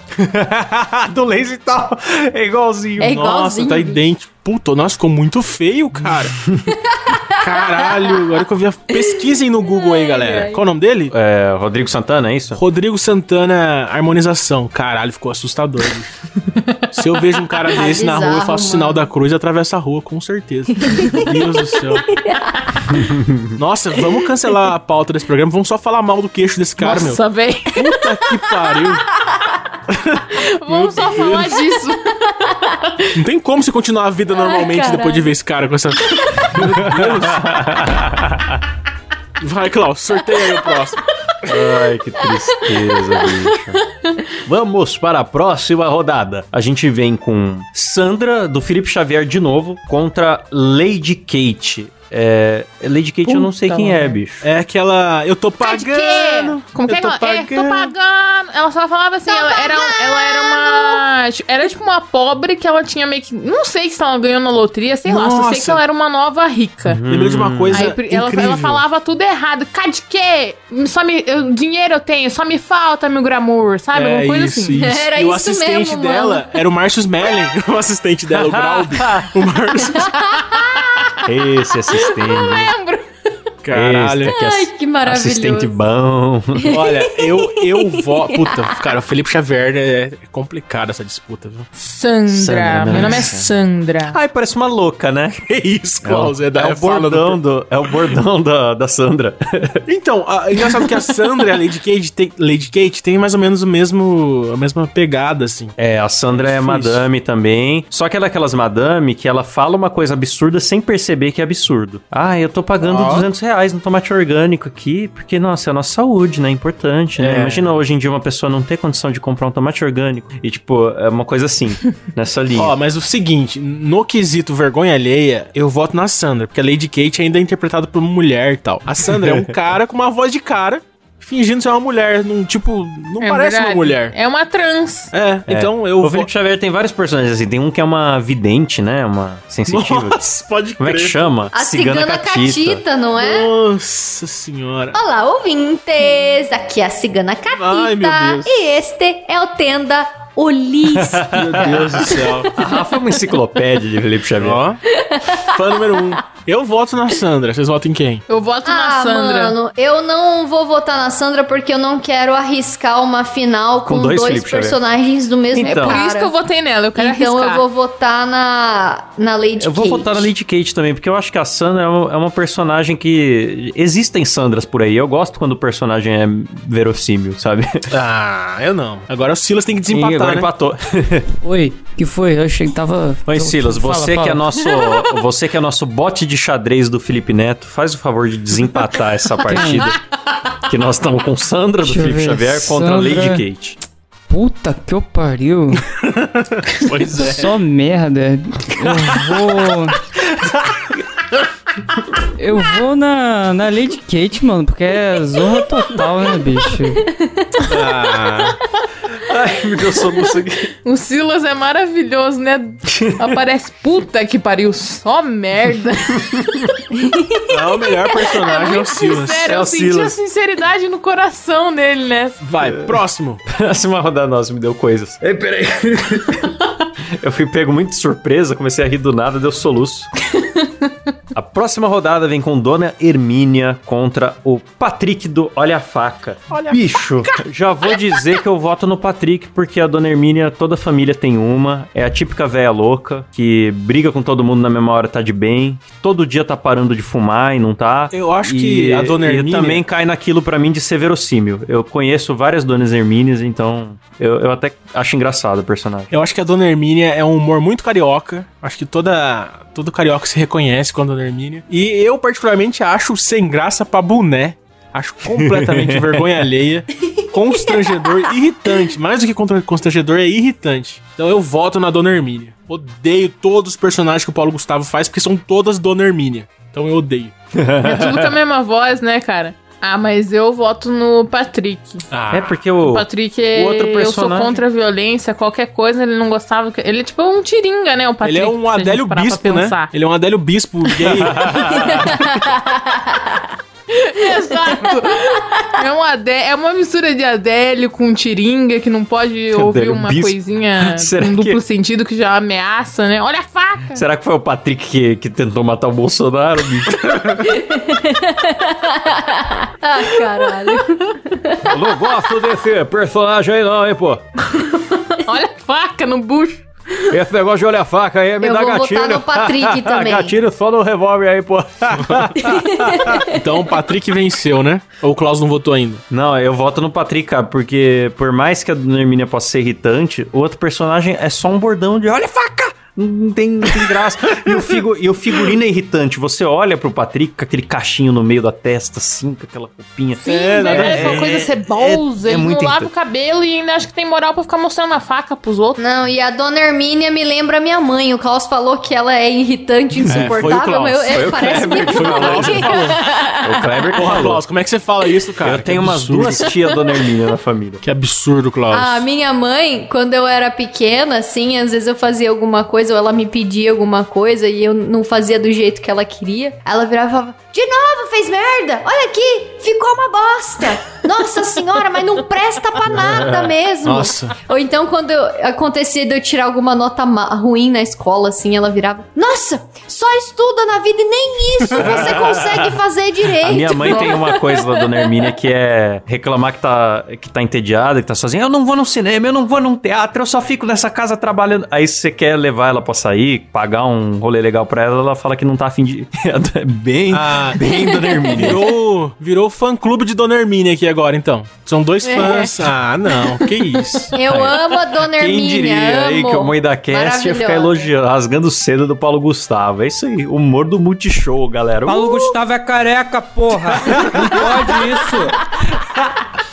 Speaker 1: Do laser e tal. É igualzinho.
Speaker 5: É
Speaker 2: Nossa,
Speaker 5: igualzinho.
Speaker 2: tá idêntico. Puta, nossa, ficou muito feio, cara. Caralho, agora que eu vi a... Pesquisem no Google aí, galera. Qual o nome dele?
Speaker 1: É, Rodrigo Santana, é isso?
Speaker 2: Rodrigo Santana, harmonização. Caralho, ficou assustador. bicho. Se eu vejo um cara desse na rua, eu
Speaker 5: Ah, bizarro,
Speaker 2: faço sinal
Speaker 5: mano.
Speaker 2: da cruz e atravesso a rua, com certeza. Meu Deus do céu. Nossa, vamos cancelar a pauta desse programa. Vamos só falar mal do queixo desse cara,
Speaker 4: Nossa, velho.
Speaker 2: meu. Puta que pariu.
Speaker 4: Vamos só falar disso.
Speaker 2: Não tem como se continuar a vida normalmente depois de ver esse cara com essa. Meu Deus. Vai, Klaus, sorteia aí o próximo.
Speaker 1: Ai, que tristeza, bicho. Vamos para a próxima rodada. A gente vem com Sandra, do Felipe Xavier, de novo, contra Lady Kate. É, Lady Kate eu não sei
Speaker 3: Puta
Speaker 1: quem é,
Speaker 3: merda.
Speaker 1: bicho.
Speaker 2: É aquela. Eu tô
Speaker 4: Tá de quê?
Speaker 2: pagando!
Speaker 4: Como que
Speaker 2: eu
Speaker 4: é que
Speaker 2: tô
Speaker 4: ela... É, tô
Speaker 2: pagando!
Speaker 4: pagando. Ela só falava assim, ela era, ela era uma... Era tipo uma pobre que ela tinha meio que... Não sei se ela ganhou na loteria, sei lá. Só sei
Speaker 2: Nossa.
Speaker 4: que ela era uma nova rica.
Speaker 2: Lembrei de uma coisa.
Speaker 4: Aí pri- ela,
Speaker 2: incrível.
Speaker 4: ela falava tudo errado. Cá de quê? Só me, eu- dinheiro eu tenho, só me falta meu glamour, sabe? Alguma coisa
Speaker 2: É isso,
Speaker 4: assim.
Speaker 2: isso.
Speaker 5: Era
Speaker 2: e o
Speaker 5: isso
Speaker 2: assistente
Speaker 5: mesmo,
Speaker 2: dela
Speaker 5: mano.
Speaker 2: era o Marcius Mellen, o assistente dela, o Graub. o Marcius.
Speaker 1: Esse assistente. hein?
Speaker 4: Lembro. é
Speaker 2: Caralho.
Speaker 1: Esse, que ass-
Speaker 5: Ai, que maravilhoso.
Speaker 1: Assistente bom.
Speaker 2: Olha, eu, eu vou. Puta, cara, o Felipe Xavier é é complicado essa disputa, viu?
Speaker 4: Sandra.
Speaker 1: Sandra,
Speaker 4: Meu nome é
Speaker 1: nossa.
Speaker 4: Sandra.
Speaker 2: Ah,
Speaker 1: Ai, parece uma louca, né?
Speaker 2: Que isso,
Speaker 1: É o,
Speaker 2: Klaus? da-
Speaker 1: é o
Speaker 2: fala do-
Speaker 1: bordão, do, é o bordão da, da Sandra.
Speaker 2: Então, a, engraçado que a Sandra e a Lady Kate, tem, Lady Kate tem mais ou menos o mesmo, a mesma pegada, assim.
Speaker 1: É, a Sandra é,
Speaker 2: Difícil.
Speaker 1: madame também. Só que ela é aquelas madame que ela fala uma coisa absurda sem perceber que é absurdo. Ah, eu tô pagando
Speaker 2: Ó.
Speaker 1: 200 reais no tomate orgânico aqui, porque, nossa, é a nossa saúde, né? É importante, né?
Speaker 2: É.
Speaker 1: Imagina hoje em dia uma pessoa não ter condição de comprar um tomate orgânico. E, tipo, é uma coisa assim, nessa linha.
Speaker 2: Ó, mas o seguinte, no quesito vergonha alheia, eu voto na Sandra, porque a Lady Kate ainda é interpretada por uma mulher e tal. A Sandra é um cara com uma voz de cara, fingindo ser uma mulher, num, tipo, não
Speaker 4: É
Speaker 2: parece
Speaker 4: verdade.
Speaker 2: uma mulher.
Speaker 4: É uma trans.
Speaker 2: É, então eu
Speaker 1: o
Speaker 2: vou...
Speaker 1: Felipe Xavier tem vários personagens assim. Tem um que é uma vidente, né? Uma sensitiva.
Speaker 2: Nossa, pode
Speaker 1: Como é
Speaker 2: crer.
Speaker 1: que chama?
Speaker 5: A cigana, catita. não é?
Speaker 2: Nossa senhora.
Speaker 5: Olá, ouvintes! Aqui é a cigana catita.
Speaker 2: Ai, meu Deus.
Speaker 5: E este é o Tenda Holística.
Speaker 2: Meu Deus do céu.
Speaker 1: A Rafa é uma enciclopédia de Felipe Xavier.
Speaker 2: Ó, fã número um. Eu voto na Sandra, vocês votam em quem?
Speaker 4: Eu voto na
Speaker 5: Ah,
Speaker 4: Sandra.
Speaker 5: mano, eu não vou votar na Sandra porque eu não quero arriscar uma final com,
Speaker 1: Com dois
Speaker 5: dois,
Speaker 1: Felipe Xavier.
Speaker 5: personagens do mesmo
Speaker 1: Então.
Speaker 5: cara.
Speaker 4: É Por isso que eu votei nela, eu quero
Speaker 5: Então
Speaker 4: arriscar.
Speaker 5: eu vou votar na, na Lady
Speaker 1: Eu vou
Speaker 5: Kate.
Speaker 1: votar na Lady Kate também, porque eu acho que a Sandra é uma, é uma personagem que. Existem Sandras por aí. Eu gosto quando o personagem é verossímil, sabe?
Speaker 2: Ah, eu não. Agora o Silas tem que desempatar,
Speaker 1: e agora
Speaker 2: né?
Speaker 1: empatou.
Speaker 3: Oi, que foi? Eu achei que tava.
Speaker 1: Oi,
Speaker 3: tava-
Speaker 1: Silas,
Speaker 3: Então, Fala,
Speaker 1: você que é
Speaker 3: fala.
Speaker 1: nosso. Você que é nosso bote de xadrez do Felipe Neto, faz o favor de desempatar essa partida. que nós estamos com Sandra do
Speaker 3: Deixa eu
Speaker 1: Felipe
Speaker 3: ver,
Speaker 1: Xavier contra a Lady
Speaker 3: Sandra.
Speaker 1: Kate.
Speaker 3: Puta que eu pariu.
Speaker 2: Pois é.
Speaker 3: Só merda. Eu vou. Eu vou na, na Lady Kate, mano, porque é zorra total, né, bicho?
Speaker 2: Ah,
Speaker 1: Ai, me deu soluço aqui.
Speaker 4: O Silas é maravilhoso, né? Aparece puta que pariu, só merda.
Speaker 2: não, o melhor personagem é, o Silas.
Speaker 4: Sério,
Speaker 1: É o
Speaker 4: eu senti
Speaker 1: Silas.
Speaker 4: a sinceridade no coração dele, né?
Speaker 2: Vai, próximo.
Speaker 1: Próxima rodada, nossa, me deu coisas. Ei, peraí. Eu fui pego muito de surpresa, comecei a rir do nada, deu soluço. A próxima rodada vem com Dona Hermínia contra o Patrick do Olha a Faca.
Speaker 2: Olha a
Speaker 1: Bicho, já vou dizer que eu voto no Patrick, porque a Dona Hermínia, toda família tem uma. É a típica velha louca, que briga com todo mundo na mesma hora, tá de bem. que Todo dia tá parando de fumar e não tá.
Speaker 2: Eu acho
Speaker 1: E-
Speaker 2: que a Dona
Speaker 1: e
Speaker 2: Hermínia-
Speaker 1: também cai naquilo pra mim de ser verossímil. Eu conheço várias Donas Hermínias, então eu, eu até acho engraçado o personagem.
Speaker 2: Eu acho que a Dona Hermínia é um humor muito carioca. Acho que toda, todo carioca se reconhece com a Dona Hermínia. E eu, particularmente, acho sem graça pra boné. Acho completamente vergonha alheia, constrangedor, irritante. Mais do que contra- constrangedor, é irritante. Então eu voto na Dona Hermínia. Odeio todos os personagens que o Paulo Gustavo faz, porque são todas Dona Hermínia. Então eu odeio.
Speaker 4: É tudo com a mesma voz, né, cara? Ah, mas eu voto no Patrick.
Speaker 2: Ah,
Speaker 1: É porque o.
Speaker 4: O Patrick é.
Speaker 1: o outro
Speaker 4: Eu sou
Speaker 1: personagem-
Speaker 4: contra a violência, qualquer coisa, ele não gostava. que- Ele é tipo um tiringa, né? O Patrick.
Speaker 2: ele é um
Speaker 4: se a gente
Speaker 2: Adélio
Speaker 4: parar pra
Speaker 2: Bispo, né?
Speaker 4: pensar.
Speaker 2: Ele é um Adélio Bispo gay.
Speaker 4: Exato. É, um Adé- é uma mistura de Adélio com Tiringa, que não pode ouvir uma
Speaker 1: Bispo.
Speaker 4: coisinha
Speaker 1: Será
Speaker 4: com
Speaker 1: que- é?
Speaker 4: duplo sentido que já ameaça, né? Olha a faca!
Speaker 1: Será que foi o Patrick que, que tentou matar o Bolsonaro, bicho?
Speaker 5: Ah, caralho.
Speaker 1: Eu não gosto desse personagem aí, não, hein, pô?
Speaker 4: Olha a faca no bucho!
Speaker 1: Esse negócio de olhar a faca aí é me
Speaker 5: Eu
Speaker 1: dá
Speaker 5: vou
Speaker 1: gatilho.
Speaker 5: votar no Patrick também.
Speaker 1: gatilho só no revólver aí, pô.
Speaker 2: então o Patrick venceu, né? Ou o Klaus não votou ainda?
Speaker 1: Não, eu voto no Patrick, cara, porque por mais que a Dona Hermínia possa ser irritante, o outro personagem é só um bordão de olha a faca! Não- Não tem, não tem graça. e, o figu- e o figurino é irritante. Você olha pro Patrick com aquele cachinho no meio da testa, assim, com aquela roupinha.
Speaker 4: Sim,
Speaker 2: É,
Speaker 4: velho,
Speaker 2: nada a
Speaker 4: é,
Speaker 1: ver.
Speaker 4: uma coisa cebosa.
Speaker 1: É- é
Speaker 4: ele
Speaker 1: muito
Speaker 4: não lava
Speaker 1: irritante.
Speaker 4: o cabelo e ainda acha que tem moral pra ficar mostrando a faca pros outros.
Speaker 5: Não, e a dona Hermínia me lembra minha mãe. O Klaus falou que ela é irritante,
Speaker 2: foi o
Speaker 5: insuportável.
Speaker 2: Klaus,
Speaker 5: eu, é,
Speaker 1: foi o
Speaker 5: parece
Speaker 1: Kleber
Speaker 5: minha
Speaker 1: que falou.
Speaker 5: mãe.
Speaker 1: É o Kleber que
Speaker 2: Porra,
Speaker 1: falou.
Speaker 2: Klaus, como é que você fala isso, cara?
Speaker 1: Eu tenho
Speaker 2: Que
Speaker 1: umas
Speaker 2: absurdo.
Speaker 1: duas tias Dona Hermínia na família.
Speaker 2: Que absurdo, Klaus.
Speaker 5: A Ah, minha mãe, quando eu era pequena, assim, às vezes eu fazia alguma coisa ou ela me pedia alguma coisa e eu não fazia do jeito que ela queria. Ela virava e falava: De novo, fez merda! Olha aqui, ficou uma bosta! Nossa senhora, mas não presta pra nada mesmo!
Speaker 2: Nossa.
Speaker 5: Ou então, quando eu- acontecia de eu tirar alguma nota ma- ruim na escola, assim, ela virava: Nossa, só estuda na vida e nem isso você consegue fazer direito!
Speaker 1: A minha mãe tem um uma coisa da dona Hermínia que é reclamar que tá, que tá entediada, que tá sozinha. Eu não vou no cinema, eu não vou num teatro, eu só fico nessa casa trabalhando. Aí se você quer levar ela pra sair, pagar um rolê legal pra ela, ela fala que não tá afim de. É bem,
Speaker 2: Ah.
Speaker 1: bem dona Hermínia.
Speaker 2: Virou, virou fã clube de Dona Hermínia aqui agora, então. São dois fãs. Ah, não, que isso.
Speaker 5: Eu amo a dona Hermínia.
Speaker 1: Quem diria aí
Speaker 5: amo.
Speaker 1: que o mãe da cast ia
Speaker 5: Maravilhosa.
Speaker 1: ficar elogiando, rasgando cedo do Paulo Gustavo. É isso aí, humor do Multishow, galera. Uh!
Speaker 3: Paulo Gustavo é careca, porra. Não pode isso.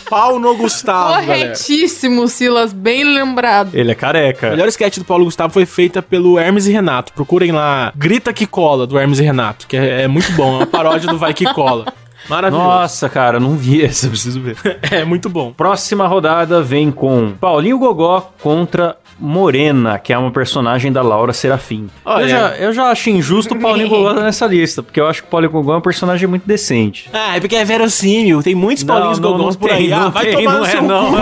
Speaker 2: Pau no Gustavo, galera.
Speaker 4: Corretíssimo, Silas, bem lembrado.
Speaker 1: Ele é
Speaker 2: A
Speaker 1: careca.
Speaker 2: melhor sketch do Paulo Gustavo foi feita pelo Hermes e Renato. Procurem lá Grita que Cola, do Hermes e Renato, que é, é muito bom. É uma paródia do Vai Que Cola. Maravilhoso.
Speaker 1: Nossa, cara, eu não vi essa, eu preciso ver.
Speaker 2: É muito bom.
Speaker 1: Próxima rodada vem com Paulinho Gogó contra Morena, que é uma personagem da Laura Serafim.
Speaker 2: Olha.
Speaker 1: Eu já, eu já acho injusto o Paulinho Gogó nessa lista, porque eu acho que o Paulinho Gogó é um personagem muito decente.
Speaker 2: Ah, é porque é verossímil. Tem muitos Paulinhos Gogons por aí. ah, vai tomar
Speaker 1: não
Speaker 2: no
Speaker 1: é,
Speaker 2: seu
Speaker 1: não.
Speaker 2: cu.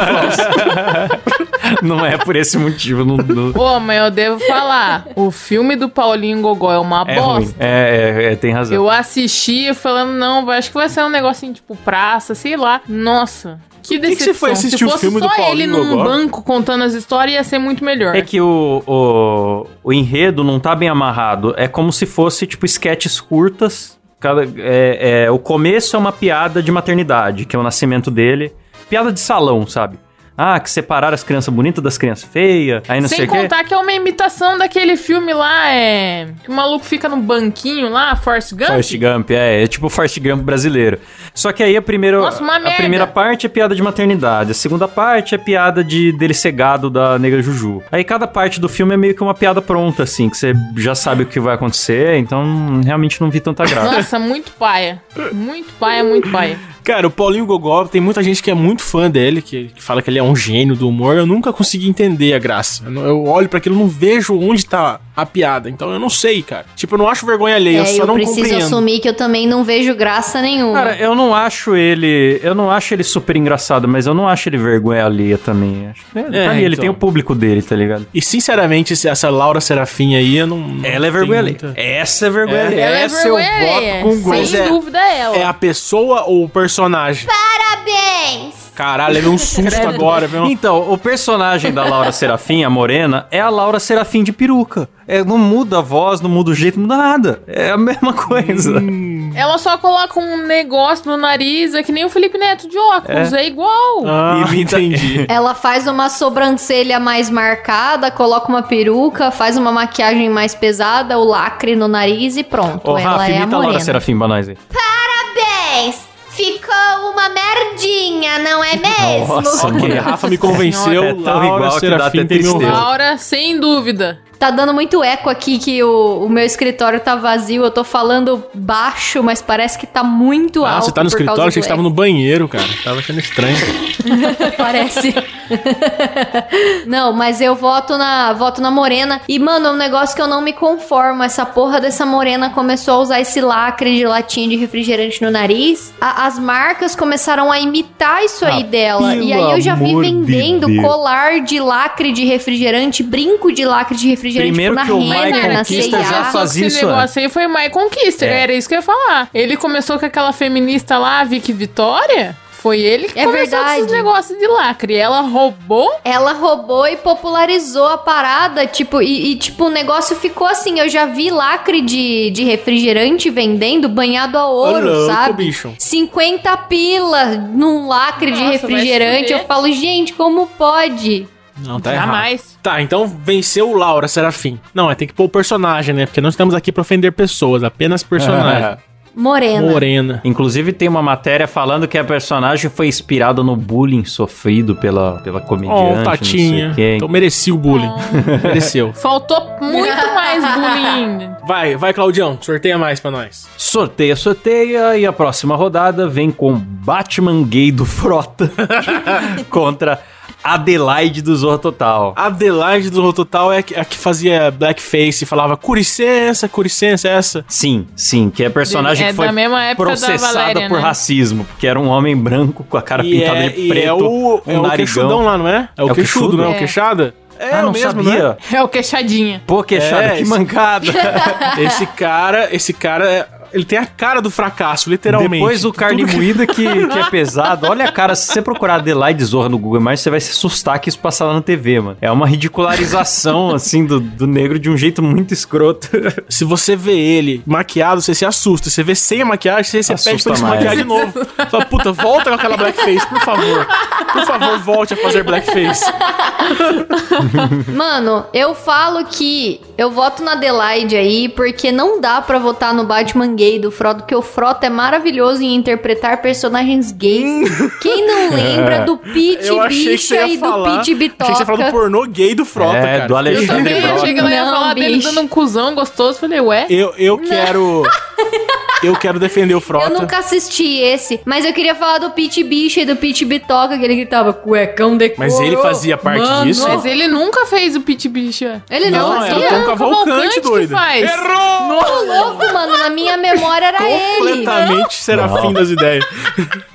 Speaker 1: não é por esse motivo, não, não-
Speaker 4: Ô, mas eu devo falar, o filme do Paulinho Gogó é uma
Speaker 1: é ruim.
Speaker 4: bosta.
Speaker 1: É, é, é, tem razão.
Speaker 4: Eu assisti falando, não, vai- acho que vai ser um negocinho tipo praça, sei lá. Nossa, que
Speaker 2: que
Speaker 4: decepção.
Speaker 2: você foi assistir
Speaker 4: Se
Speaker 2: o
Speaker 4: fosse
Speaker 2: filme do
Speaker 4: só
Speaker 2: Paulinho
Speaker 4: ele num
Speaker 2: Gogó?
Speaker 4: banco contando as histórias, ia ser muito melhor.
Speaker 1: É que o, o, o enredo não tá bem amarrado. É como se fosse, tipo, sketches curtas. Cada, é, é, o começo é uma piada de maternidade, que é o nascimento dele. Piada de salão, sabe? Ah, que separaram as crianças bonitas das crianças feias, aí não sei
Speaker 4: Sem
Speaker 1: o quê.
Speaker 4: contar que é uma imitação daquele filme lá, é. Que o maluco fica no banquinho lá, Force Gump.
Speaker 1: Forrest Gump, é, é tipo o Forrest Gump brasileiro. Só que aí a primeira,
Speaker 4: Nossa, uma
Speaker 1: a
Speaker 4: merda.
Speaker 1: primeira parte é piada de maternidade, a segunda parte é piada de dele ser gado da negra Juju. Aí cada parte do filme é meio que uma piada pronta, assim, que você já sabe o que vai acontecer, então realmente não vi tanta graça.
Speaker 4: Nossa, muito paia. Muito paia, muito paia.
Speaker 2: Cara, o Paulinho Gogó, tem muita gente que é muito fã dele, que, que fala que ele é um gênio do humor. Eu nunca consegui entender a graça. Eu, não- eu olho pra aquilo e não vejo onde tá a piada. Então eu não sei, cara. Tipo, eu não acho vergonha alheia, eu
Speaker 5: É,
Speaker 2: só
Speaker 5: eu
Speaker 2: não
Speaker 5: preciso
Speaker 2: compreendo.
Speaker 5: assumir que eu também não vejo graça nenhuma.
Speaker 1: Cara, eu não acho ele, eu não acho ele super engraçado, mas eu não acho ele vergonha alheia também. Acho que é, tá
Speaker 2: É,
Speaker 1: ali, ele
Speaker 2: então.
Speaker 1: tem o público dele, tá ligado?
Speaker 2: E sinceramente, esse- essa Laura Serafim aí, eu não. não
Speaker 1: Ela é
Speaker 2: tenho
Speaker 1: vergonha alheia.
Speaker 2: muita-
Speaker 1: Essa é vergonha
Speaker 2: É.
Speaker 1: alheia.
Speaker 4: Ela é
Speaker 1: Essa eu
Speaker 4: vergonha alheia,
Speaker 1: voto com gosto.
Speaker 2: Mas
Speaker 4: Sem
Speaker 2: é-
Speaker 4: dúvida é ela.
Speaker 2: É a pessoa ou o personagem?
Speaker 5: Parabéns!
Speaker 2: Caralho, levei um susto agora, viu?
Speaker 1: Então, o personagem da Laura Serafim, a morena, é a Laura Serafim de peruca. É, não muda a voz, não muda o jeito, não muda nada. É a mesma coisa.
Speaker 2: Hum.
Speaker 4: Ela só coloca um negócio no nariz, é que nem o Felipe Neto de óculos, é, igual.
Speaker 2: Ah,
Speaker 1: Imita-
Speaker 2: entendi.
Speaker 5: Ela faz uma sobrancelha mais marcada, coloca uma peruca, faz uma maquiagem mais pesada, o lacre no nariz e pronto.
Speaker 1: Ô,
Speaker 5: ela
Speaker 1: Rafa,
Speaker 5: é a
Speaker 1: imita a Laura
Speaker 5: morena.
Speaker 1: Serafim pra nós aí.
Speaker 5: Parabéns! Ficou uma merdinha, não é mesmo?
Speaker 1: Nossa,
Speaker 2: ok,
Speaker 1: mano.
Speaker 2: Rafa me convenceu.
Speaker 1: É tão
Speaker 2: Laura
Speaker 1: igual que dá
Speaker 2: Serafim
Speaker 1: até
Speaker 2: tem meu
Speaker 1: tristeza.
Speaker 2: voto.
Speaker 4: Laura, sem dúvida.
Speaker 5: Tá dando muito eco aqui que o, o meu escritório tá vazio. Eu tô falando baixo, mas parece que tá muito
Speaker 2: Ah,
Speaker 5: alto.
Speaker 2: você tá no
Speaker 5: por causa
Speaker 2: escritório? Achei que
Speaker 5: do
Speaker 2: você tava no banheiro, cara. Tava achando estranho.
Speaker 5: Parece. não, mas eu voto na, voto na morena. E, mano, é um negócio que eu não me conformo. Essa porra dessa morena começou a usar esse lacre de latinha de refrigerante no nariz. A- as marcas começaram a imitar isso aí dela. E aí eu já vi
Speaker 1: Ah, pelo amor de
Speaker 5: vendendo
Speaker 1: Deus.
Speaker 5: colar de lacre de refrigerante, brinco de lacre de refrigerante
Speaker 1: Primeiro
Speaker 5: tipo, na
Speaker 1: que o
Speaker 5: renda,
Speaker 1: Michael
Speaker 5: na
Speaker 1: Kister
Speaker 5: C&A.
Speaker 1: já
Speaker 4: Só que
Speaker 1: fazia
Speaker 4: esse
Speaker 1: isso
Speaker 4: negócio aí foi My Conquista,
Speaker 1: É.
Speaker 4: era isso que eu ia falar. Ele começou com aquela feminista lá, a Vicky Vitória. Foi ele que
Speaker 5: É
Speaker 4: começou com
Speaker 5: verdade.
Speaker 4: esses negócios de lacre. Ela roubou
Speaker 5: Ela roubou e popularizou a parada, tipo, e, e, tipo, o negócio ficou assim. Eu já vi lacre de, de refrigerante vendendo banhado a ouro,
Speaker 2: Ô, louco,
Speaker 5: sabe?
Speaker 2: bicho.
Speaker 5: 50 pila num lacre de
Speaker 4: Nossa, vai se
Speaker 5: refrigerante.
Speaker 4: fuder.
Speaker 5: Eu falo, gente, como pode?
Speaker 2: Não, tá errado.
Speaker 4: Jamais.
Speaker 2: Tá, então venceu o Laura Serafim. Não, é tem que pôr o personagem, né? Porque nós estamos aqui pra ofender pessoas, apenas personagem.
Speaker 5: Morena.
Speaker 2: Morena.
Speaker 1: Inclusive tem uma matéria falando que a personagem foi inspirada no bullying sofrido pela, pela comediante,
Speaker 2: Oh,
Speaker 1: não
Speaker 2: Tatinha.
Speaker 1: sei quem.
Speaker 2: Então merecia o bullying.
Speaker 5: Ah.
Speaker 2: mereceu.
Speaker 4: Faltou muito mais bullying.
Speaker 2: Vai, vai, Claudião. Sorteia mais pra nós.
Speaker 1: Sorteia, sorteia e a próxima rodada vem com Batman gay do Frota contra Adelaide do Zorro Total.
Speaker 2: Adelaide do Rototal é a que- a que fazia blackface e falava com licença, com licença, essa.
Speaker 1: Sim, sim, que é personagem
Speaker 4: É
Speaker 1: que foi
Speaker 4: da mesma época da
Speaker 1: processada
Speaker 4: Valéria,
Speaker 1: por
Speaker 4: né?
Speaker 1: racismo, porque era um homem branco com a cara
Speaker 2: E
Speaker 1: pintada
Speaker 2: é,
Speaker 1: de
Speaker 2: e
Speaker 1: preto,
Speaker 2: é o,
Speaker 1: um
Speaker 2: é o queixudão
Speaker 1: narigão.
Speaker 2: lá, não é? É o,
Speaker 1: É o
Speaker 2: queixudo,
Speaker 1: queixudo?
Speaker 2: não é? O
Speaker 5: É.
Speaker 2: queixada? É,
Speaker 1: ah,
Speaker 2: o
Speaker 1: não
Speaker 2: mesmo, né?
Speaker 1: sabia?
Speaker 4: É o queixadinha.
Speaker 1: Pô, queixada,
Speaker 2: É,
Speaker 1: que
Speaker 2: esse-
Speaker 1: mancada.
Speaker 2: Esse cara, esse cara, é- ele tem a cara do fracasso, literalmente.
Speaker 1: Depois o carne moída que, que é pesado. Olha, cara, se você procurar Adelaide Zorra no Google Imagens, você vai se assustar que isso passa lá na TV, mano. É uma ridicularização, assim, do, do negro de um jeito muito escroto.
Speaker 2: Se você vê ele maquiado, você se assusta. Se você vê sem a maquiagem, você, você
Speaker 1: Assusta
Speaker 2: pede pra ele se
Speaker 1: mais.
Speaker 2: maquiar de novo. Fala, puta, volta com aquela blackface, por favor. Por favor, volte a fazer blackface.
Speaker 5: Mano, eu falo que eu voto na Adelaide aí, porque não dá pra votar no Batman gay do Frodo, porque o Frodo é maravilhoso em interpretar personagens gays. Quem não lembra do Pete
Speaker 2: Hum. É. Eu achei que você
Speaker 5: Bicha
Speaker 2: ia
Speaker 5: e do
Speaker 2: falar.
Speaker 5: Pete
Speaker 2: Achei que você ia falar do
Speaker 5: Bitoca?
Speaker 2: pornô gay do Frota,
Speaker 1: É,
Speaker 2: cara.
Speaker 1: do
Speaker 4: Eu
Speaker 1: Alexandre
Speaker 4: também
Speaker 1: Brock.
Speaker 4: achei que ela ia
Speaker 5: Não,
Speaker 4: falar dele
Speaker 5: bicho.
Speaker 4: dando um cuzão gostoso. Falei, ué?
Speaker 2: Eu, eu quero... Eu quero defender o Frota.
Speaker 5: Eu nunca assisti esse, mas eu queria falar do Pete Bicha e do Pete Bitoca, que ele gritava cuecão de
Speaker 2: Mas
Speaker 5: couro".
Speaker 2: ele fazia parte
Speaker 5: Mano.
Speaker 2: disso?
Speaker 4: Mas ele nunca fez o pit bicha.
Speaker 5: Ele não,
Speaker 2: Não, é, era
Speaker 5: fazia?
Speaker 1: é um
Speaker 2: o Tom Cavalcante,
Speaker 4: é Cavalcante
Speaker 2: doido.
Speaker 4: que faz.
Speaker 5: Ô, louco, mano, na minha memória era ele.
Speaker 2: Completamente serafim
Speaker 1: Não.
Speaker 2: das ideias.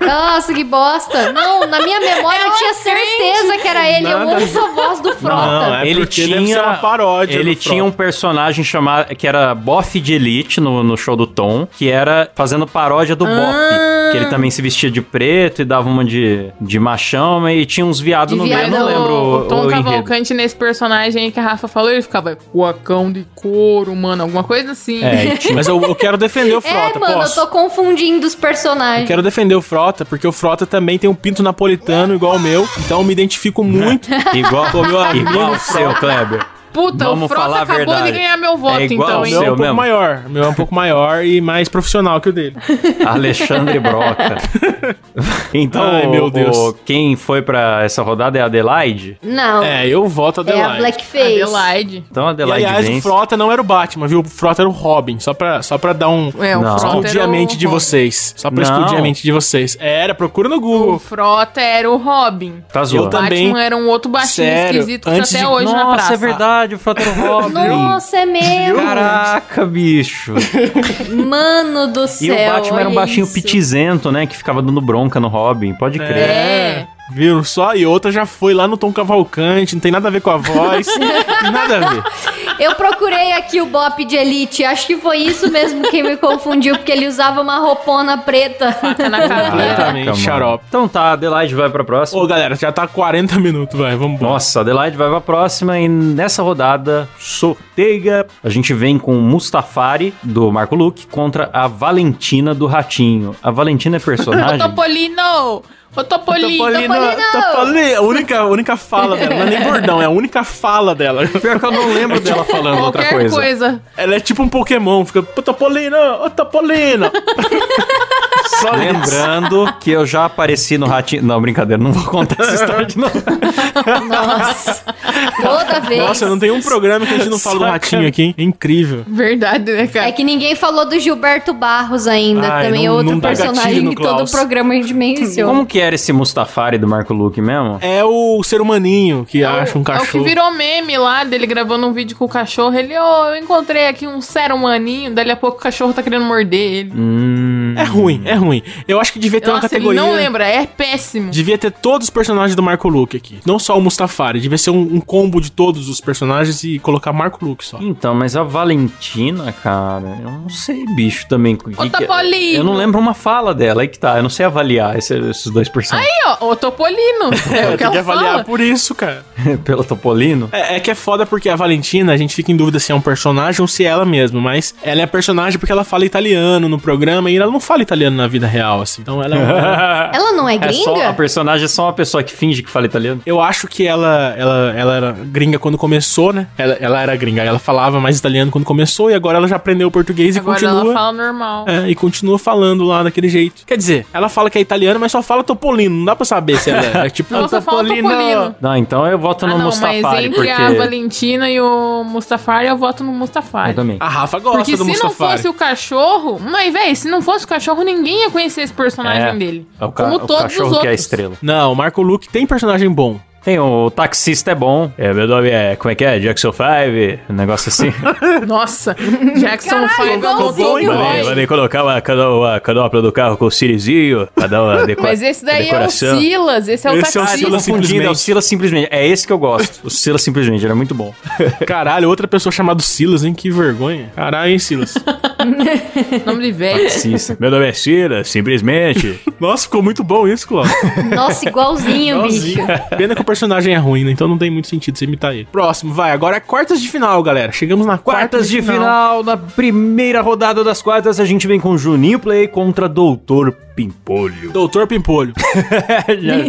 Speaker 5: Nossa, que bosta. Não, na minha memória eu tinha certeza que era ele. Eu
Speaker 2: Nada.
Speaker 5: ouço a voz do Frota.
Speaker 2: Não, é
Speaker 1: ele
Speaker 2: porque deve ser
Speaker 1: tinha
Speaker 2: uma paródia
Speaker 1: Ele
Speaker 2: do
Speaker 1: tinha um
Speaker 2: Frota.
Speaker 1: personagem chamado que era Boff de Elite no, no show do Tom, que era fazendo paródia do Boff, que ele também se vestia de preto e dava uma de, de machão e tinha uns viados
Speaker 5: De
Speaker 1: no meio, eu
Speaker 5: viado.
Speaker 1: não lembro o,
Speaker 4: o Tom
Speaker 1: o enredo.
Speaker 4: Cavalcante nesse personagem aí que a Rafa falou, ele ficava cuacão de couro, mano, alguma coisa assim.
Speaker 1: É, e tinha
Speaker 2: Mas eu, eu quero defender o Frota,
Speaker 5: É, mano,
Speaker 2: posso?
Speaker 5: eu tô confundindo os
Speaker 2: Eu
Speaker 5: personagens.
Speaker 2: quero defender o Frota, porque o Frota também tem um pinto napolitano igual o meu, então eu me identifico muito.
Speaker 1: igual,
Speaker 2: meu amigo
Speaker 1: igual o seu, Kleber.
Speaker 4: Puta,
Speaker 1: Vamos
Speaker 4: o Frota
Speaker 1: falar a
Speaker 4: acabou
Speaker 1: verdade.
Speaker 4: de ganhar meu voto,
Speaker 1: É igual
Speaker 4: então,
Speaker 2: O
Speaker 1: o
Speaker 4: hein?
Speaker 2: meu é um pouco
Speaker 1: mesmo.
Speaker 2: maior, o meu é um pouco maior e mais profissional que o dele.
Speaker 1: Alexandre Broca. Então,
Speaker 2: Ai, meu
Speaker 1: o-
Speaker 2: Deus.
Speaker 1: o- quem foi pra essa rodada é a Adelaide.
Speaker 5: Não, é,
Speaker 2: É, eu voto a
Speaker 5: a
Speaker 2: Adelaide.
Speaker 5: Blackface.
Speaker 4: Adelaide.
Speaker 1: Então a
Speaker 2: e,
Speaker 1: Adelaide
Speaker 2: aliás, o
Speaker 1: vence.
Speaker 2: Frota não era o Batman, viu? O Frota era o Robin, só pra, só pra dar um...
Speaker 4: É, o
Speaker 1: Não.
Speaker 4: Frota
Speaker 2: Explodir
Speaker 4: era
Speaker 2: a
Speaker 4: o
Speaker 2: mente de
Speaker 4: Robin.
Speaker 2: vocês. Só pra
Speaker 1: Não.
Speaker 2: explodir a mente de vocês. É, Era, procura no
Speaker 4: O
Speaker 2: Google.
Speaker 4: Frota era o Robin.
Speaker 1: Tá zoando.
Speaker 2: Eu também.
Speaker 4: Batman era um outro baixinho
Speaker 2: Sério,
Speaker 4: esquisito que tá
Speaker 2: antes
Speaker 4: até
Speaker 2: de-
Speaker 4: hoje
Speaker 1: Nossa,
Speaker 4: na praça.
Speaker 1: é verdade, o
Speaker 2: tá
Speaker 1: Frota Robin.
Speaker 5: Nossa, é mesmo.
Speaker 1: Caraca, bicho.
Speaker 5: Mano do
Speaker 1: E
Speaker 5: céu.
Speaker 1: o Batman era um
Speaker 5: olha
Speaker 1: baixinho
Speaker 5: isso.
Speaker 1: pitizento, né? Que ficava dando bronca no Robin, pode crer.
Speaker 4: É.
Speaker 2: Viram só? E outra já foi lá no Tom Cavalcante, não tem nada a ver com a voz. nada a ver.
Speaker 5: Eu procurei aqui o Bop de Elite. Acho que foi isso mesmo que me confundiu, porque ele usava uma roupona preta.
Speaker 4: Faca na caveira.
Speaker 2: Completamente
Speaker 1: mano.
Speaker 2: xarope.
Speaker 1: Então tá, Adelaide vai pra próxima.
Speaker 2: Ô, galera, já tá 40 minutos, vai, vamos embora.
Speaker 1: Nossa, Adelaide vai pra próxima e nessa rodada, sorteia. A gente vem com o Mustafari, do Marco Luke, contra a Valentina do Ratinho. A Valentina é
Speaker 4: Ô,
Speaker 1: personagem?
Speaker 4: Topolino! Ô, Topolino!
Speaker 5: Topolino!
Speaker 2: Topolino! A única, a única fala dela, não é nem bordão, é a única fala dela.
Speaker 1: Pior que eu não lembro dela falando outra
Speaker 4: Qualquer
Speaker 1: coisa.
Speaker 4: coisa.
Speaker 2: Ela é tipo um Pokémon, fica, "Ô, Topolino, ô Topolino.
Speaker 1: Só Lembrando que eu já apareci no Ratinho. Não, brincadeira, não vou contar essa história de novo.
Speaker 5: Nossa. Toda vez.
Speaker 2: Nossa, não tem um programa que a gente não fala do
Speaker 1: Saca.
Speaker 2: ratinho aqui, hein? É incrível.
Speaker 4: Verdade, né, cara?
Speaker 5: É que ninguém falou do Gilberto Barros ainda.
Speaker 2: Ai,
Speaker 5: também
Speaker 2: não-
Speaker 5: é outro
Speaker 2: não dá gatilho
Speaker 5: personagem
Speaker 2: no
Speaker 5: que todo
Speaker 2: Klaus.
Speaker 5: programa a gente menciona.
Speaker 1: Como que era esse Mustafari do Marco Luke mesmo?
Speaker 2: É o ser humaninho que acha um
Speaker 4: É o que
Speaker 2: cachorro.
Speaker 4: virou meme lá, dele gravando um vídeo com o cachorro. Ele, ô, eu encontrei aqui um ser humaninho. Dali a pouco o cachorro tá querendo morder ele.
Speaker 1: Hum.
Speaker 2: É ruim, é ruim. Eu acho que devia ter uma
Speaker 4: Nossa, ele
Speaker 2: categoria.
Speaker 4: não lembra, é péssimo.
Speaker 2: Devia ter todos os personagens do Marco Luke aqui. Não só o Mustafari. Devia ser um, um combo de todos os personagens e colocar Marco Luke
Speaker 4: É
Speaker 2: só.
Speaker 1: Então, mas a Valentina, cara, eu não sei, bicho, também. o que
Speaker 4: Ô,
Speaker 1: que é.
Speaker 4: Topolino!
Speaker 1: eu não lembro uma fala dela, aí que tá. Eu não sei avaliar esse- esses dois personagens
Speaker 4: Aí, ó, o Topolino. É o que
Speaker 2: tem que
Speaker 4: ela
Speaker 2: avaliar
Speaker 4: fala.
Speaker 2: por isso, cara.
Speaker 1: pelo Topolino.
Speaker 2: É, é que é foda porque a Valentina, a gente fica em dúvida se é um personagem ou se é ela mesma, mas ela é personagem porque ela fala italiano no programa e ela não fala italiano na na vida real, assim. Então ela é uma-
Speaker 5: Ela não é
Speaker 1: É só, a
Speaker 5: gringa?
Speaker 1: personagem é só uma pessoa que finge que fala italiano.
Speaker 2: Eu acho que ela, ela, ela era gringa quando começou, né? Ela, ela era gringa, ela falava mais italiano quando começou e agora ela já aprendeu o português
Speaker 4: Agora
Speaker 2: e continua.
Speaker 4: ela fala normal.
Speaker 2: É, e continua falando lá daquele jeito. Quer dizer, ela fala que é italiana, mas só fala topolino. Não dá pra saber se ela é, tipo.
Speaker 4: Ela só fala
Speaker 1: Topolino.
Speaker 4: Topolino.
Speaker 1: Não, então eu voto
Speaker 4: Ah,
Speaker 1: no
Speaker 4: não, mas
Speaker 1: Mustafari,
Speaker 4: entre
Speaker 1: porque...
Speaker 4: a Valentina e o Mustafari, eu voto no
Speaker 1: Eu
Speaker 4: Mustafari.
Speaker 1: também.
Speaker 2: A Rafa gosta
Speaker 4: Porque
Speaker 2: do
Speaker 4: se não
Speaker 2: Mustafari.
Speaker 4: fosse o cachorro. Mas, velho, se não fosse o cachorro, ninguém ia conhecer esse personagem
Speaker 1: É.
Speaker 4: dele.
Speaker 1: É o, ca-
Speaker 4: Como
Speaker 1: o
Speaker 4: todos
Speaker 1: cachorro
Speaker 4: os outros.
Speaker 1: que é a estrela.
Speaker 2: Não, o Marco Luke tem personagem bom.
Speaker 1: Tem o, taxista é bom. É, meu nome é... Como é que é? Jackson 5? Um negócio assim.
Speaker 4: Nossos Nossa, Jackson
Speaker 5: Caralho,
Speaker 4: Five é o
Speaker 5: igualzinho.
Speaker 4: Tony
Speaker 5: Valeu,
Speaker 4: Boy.
Speaker 1: Mandei, mandei colocar uma canoa, canopla do carro com o cirizinho pra dar uma decora-
Speaker 4: Mas esse daí é o
Speaker 1: decoração.
Speaker 4: Silas, esse é o
Speaker 2: Esse é o
Speaker 1: Ah, eu tô
Speaker 2: Sila
Speaker 4: taxista.
Speaker 1: confundindo, é o
Speaker 2: Simplesmente.
Speaker 1: Sila Simplesmente. É esse que eu gosto. O Sila Simplesmente, ele é muito bom.
Speaker 2: Caralho, outra pessoa chamada Silas, hein? Que vergonha. Caralho, hein, Silas?
Speaker 4: Nome de velho.
Speaker 1: Taxista. Meu nome é Sila, simplesmente.
Speaker 2: Nossa, ficou muito bom isso, Cláudio.
Speaker 5: Nossa, igualzinho, bicho.
Speaker 2: Igualzinho. Pena que o personagem é ruim, né? Então não tem muito sentido você imitar ele. Próximo, vai. Agora é quartas de final, galera. Chegamos na quarta
Speaker 1: Quartas de final, na primeira rodada das quartas, a gente vem com Juninho Play contra Doutor Pimpolho.
Speaker 2: Doutor Pimpolho.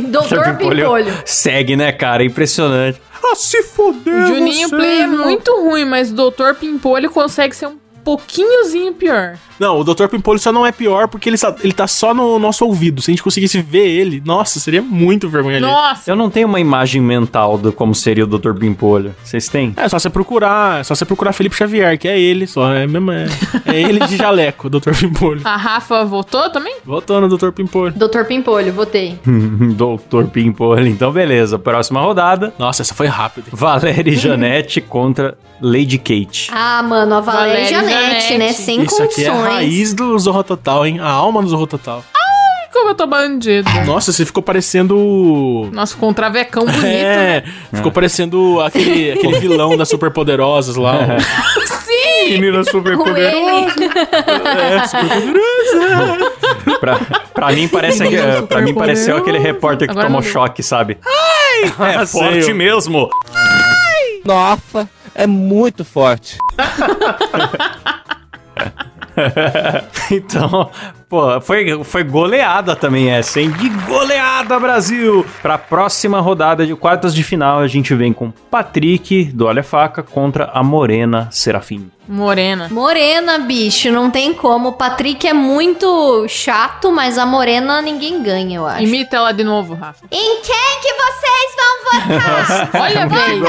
Speaker 5: Doutor Pimpolho.
Speaker 1: Segue, né, cara? Impressionante.
Speaker 2: ah, se fodeu.
Speaker 4: Juninho Play é muito ruim, mas o Dr. Pimpolho consegue ser um pouquinhozinho pior.
Speaker 2: Não, o Dr. Pimpolho só não é pior porque ele, só- ele tá só no nosso ouvido. Se a gente conseguisse ver ele, nossa, seria muito vergonha ali.
Speaker 4: Nossa,
Speaker 1: Eu não tenho uma imagem mental do como seria o Doutor Pimpolho. Vocês têm?
Speaker 2: É só você procurar, é só você procurar Felipe Xavier, que é ele, só é mesmo. É, é ele de jaleco, Dr. Pimpolho.
Speaker 4: a Rafa votou também?
Speaker 2: Voltando, Dr. Pimpolho.
Speaker 5: Doutor Pimpolho, votei.
Speaker 1: Doutor Pimpolho. Então, beleza. Próxima rodada.
Speaker 2: Nossa, essa foi rápida.
Speaker 1: Valéria e Janete contra Lady Kate.
Speaker 5: Ah, mano, a Valéria,
Speaker 4: Valéria
Speaker 5: Janete,
Speaker 4: Janete.
Speaker 5: né? Sem
Speaker 2: Isso aqui
Speaker 5: condições.
Speaker 2: é a raiz do Zorro Total, hein? A alma do Zorro Total.
Speaker 4: Ai, Como eu um tô bandido.
Speaker 2: Nossa, você ficou parecendo. o-
Speaker 4: Nossa, ficou um travecão bonito. né?
Speaker 2: É, ficou parecendo aquele, aquele vilão das Superpoderosas lá. o-
Speaker 1: Menina super
Speaker 5: Com ele.
Speaker 2: É, superpoderosa.
Speaker 1: pra, pra mim parece aque- é, pra mim pareceu aquele repórter que
Speaker 4: Agora
Speaker 1: tomou
Speaker 4: não deu.
Speaker 1: choque, sabe? Ai, é
Speaker 2: forte
Speaker 1: mesmo.
Speaker 7: Ah, Nossa, é muito forte.
Speaker 1: Então, pô, foi, foi goleada também essa, hein? De goleada, Brasil! Pra próxima rodada de quartas de final, a gente vem com Patrick do Olha a Faca contra a Morena Serafim.
Speaker 4: Morena.
Speaker 5: Morena, bicho, não tem como. O Patrick é muito chato, mas a Morena ninguém ganha, eu acho.
Speaker 4: Imita ela de novo, Rafa.
Speaker 5: Em quem que vocês vão votar?
Speaker 4: Olha, véi.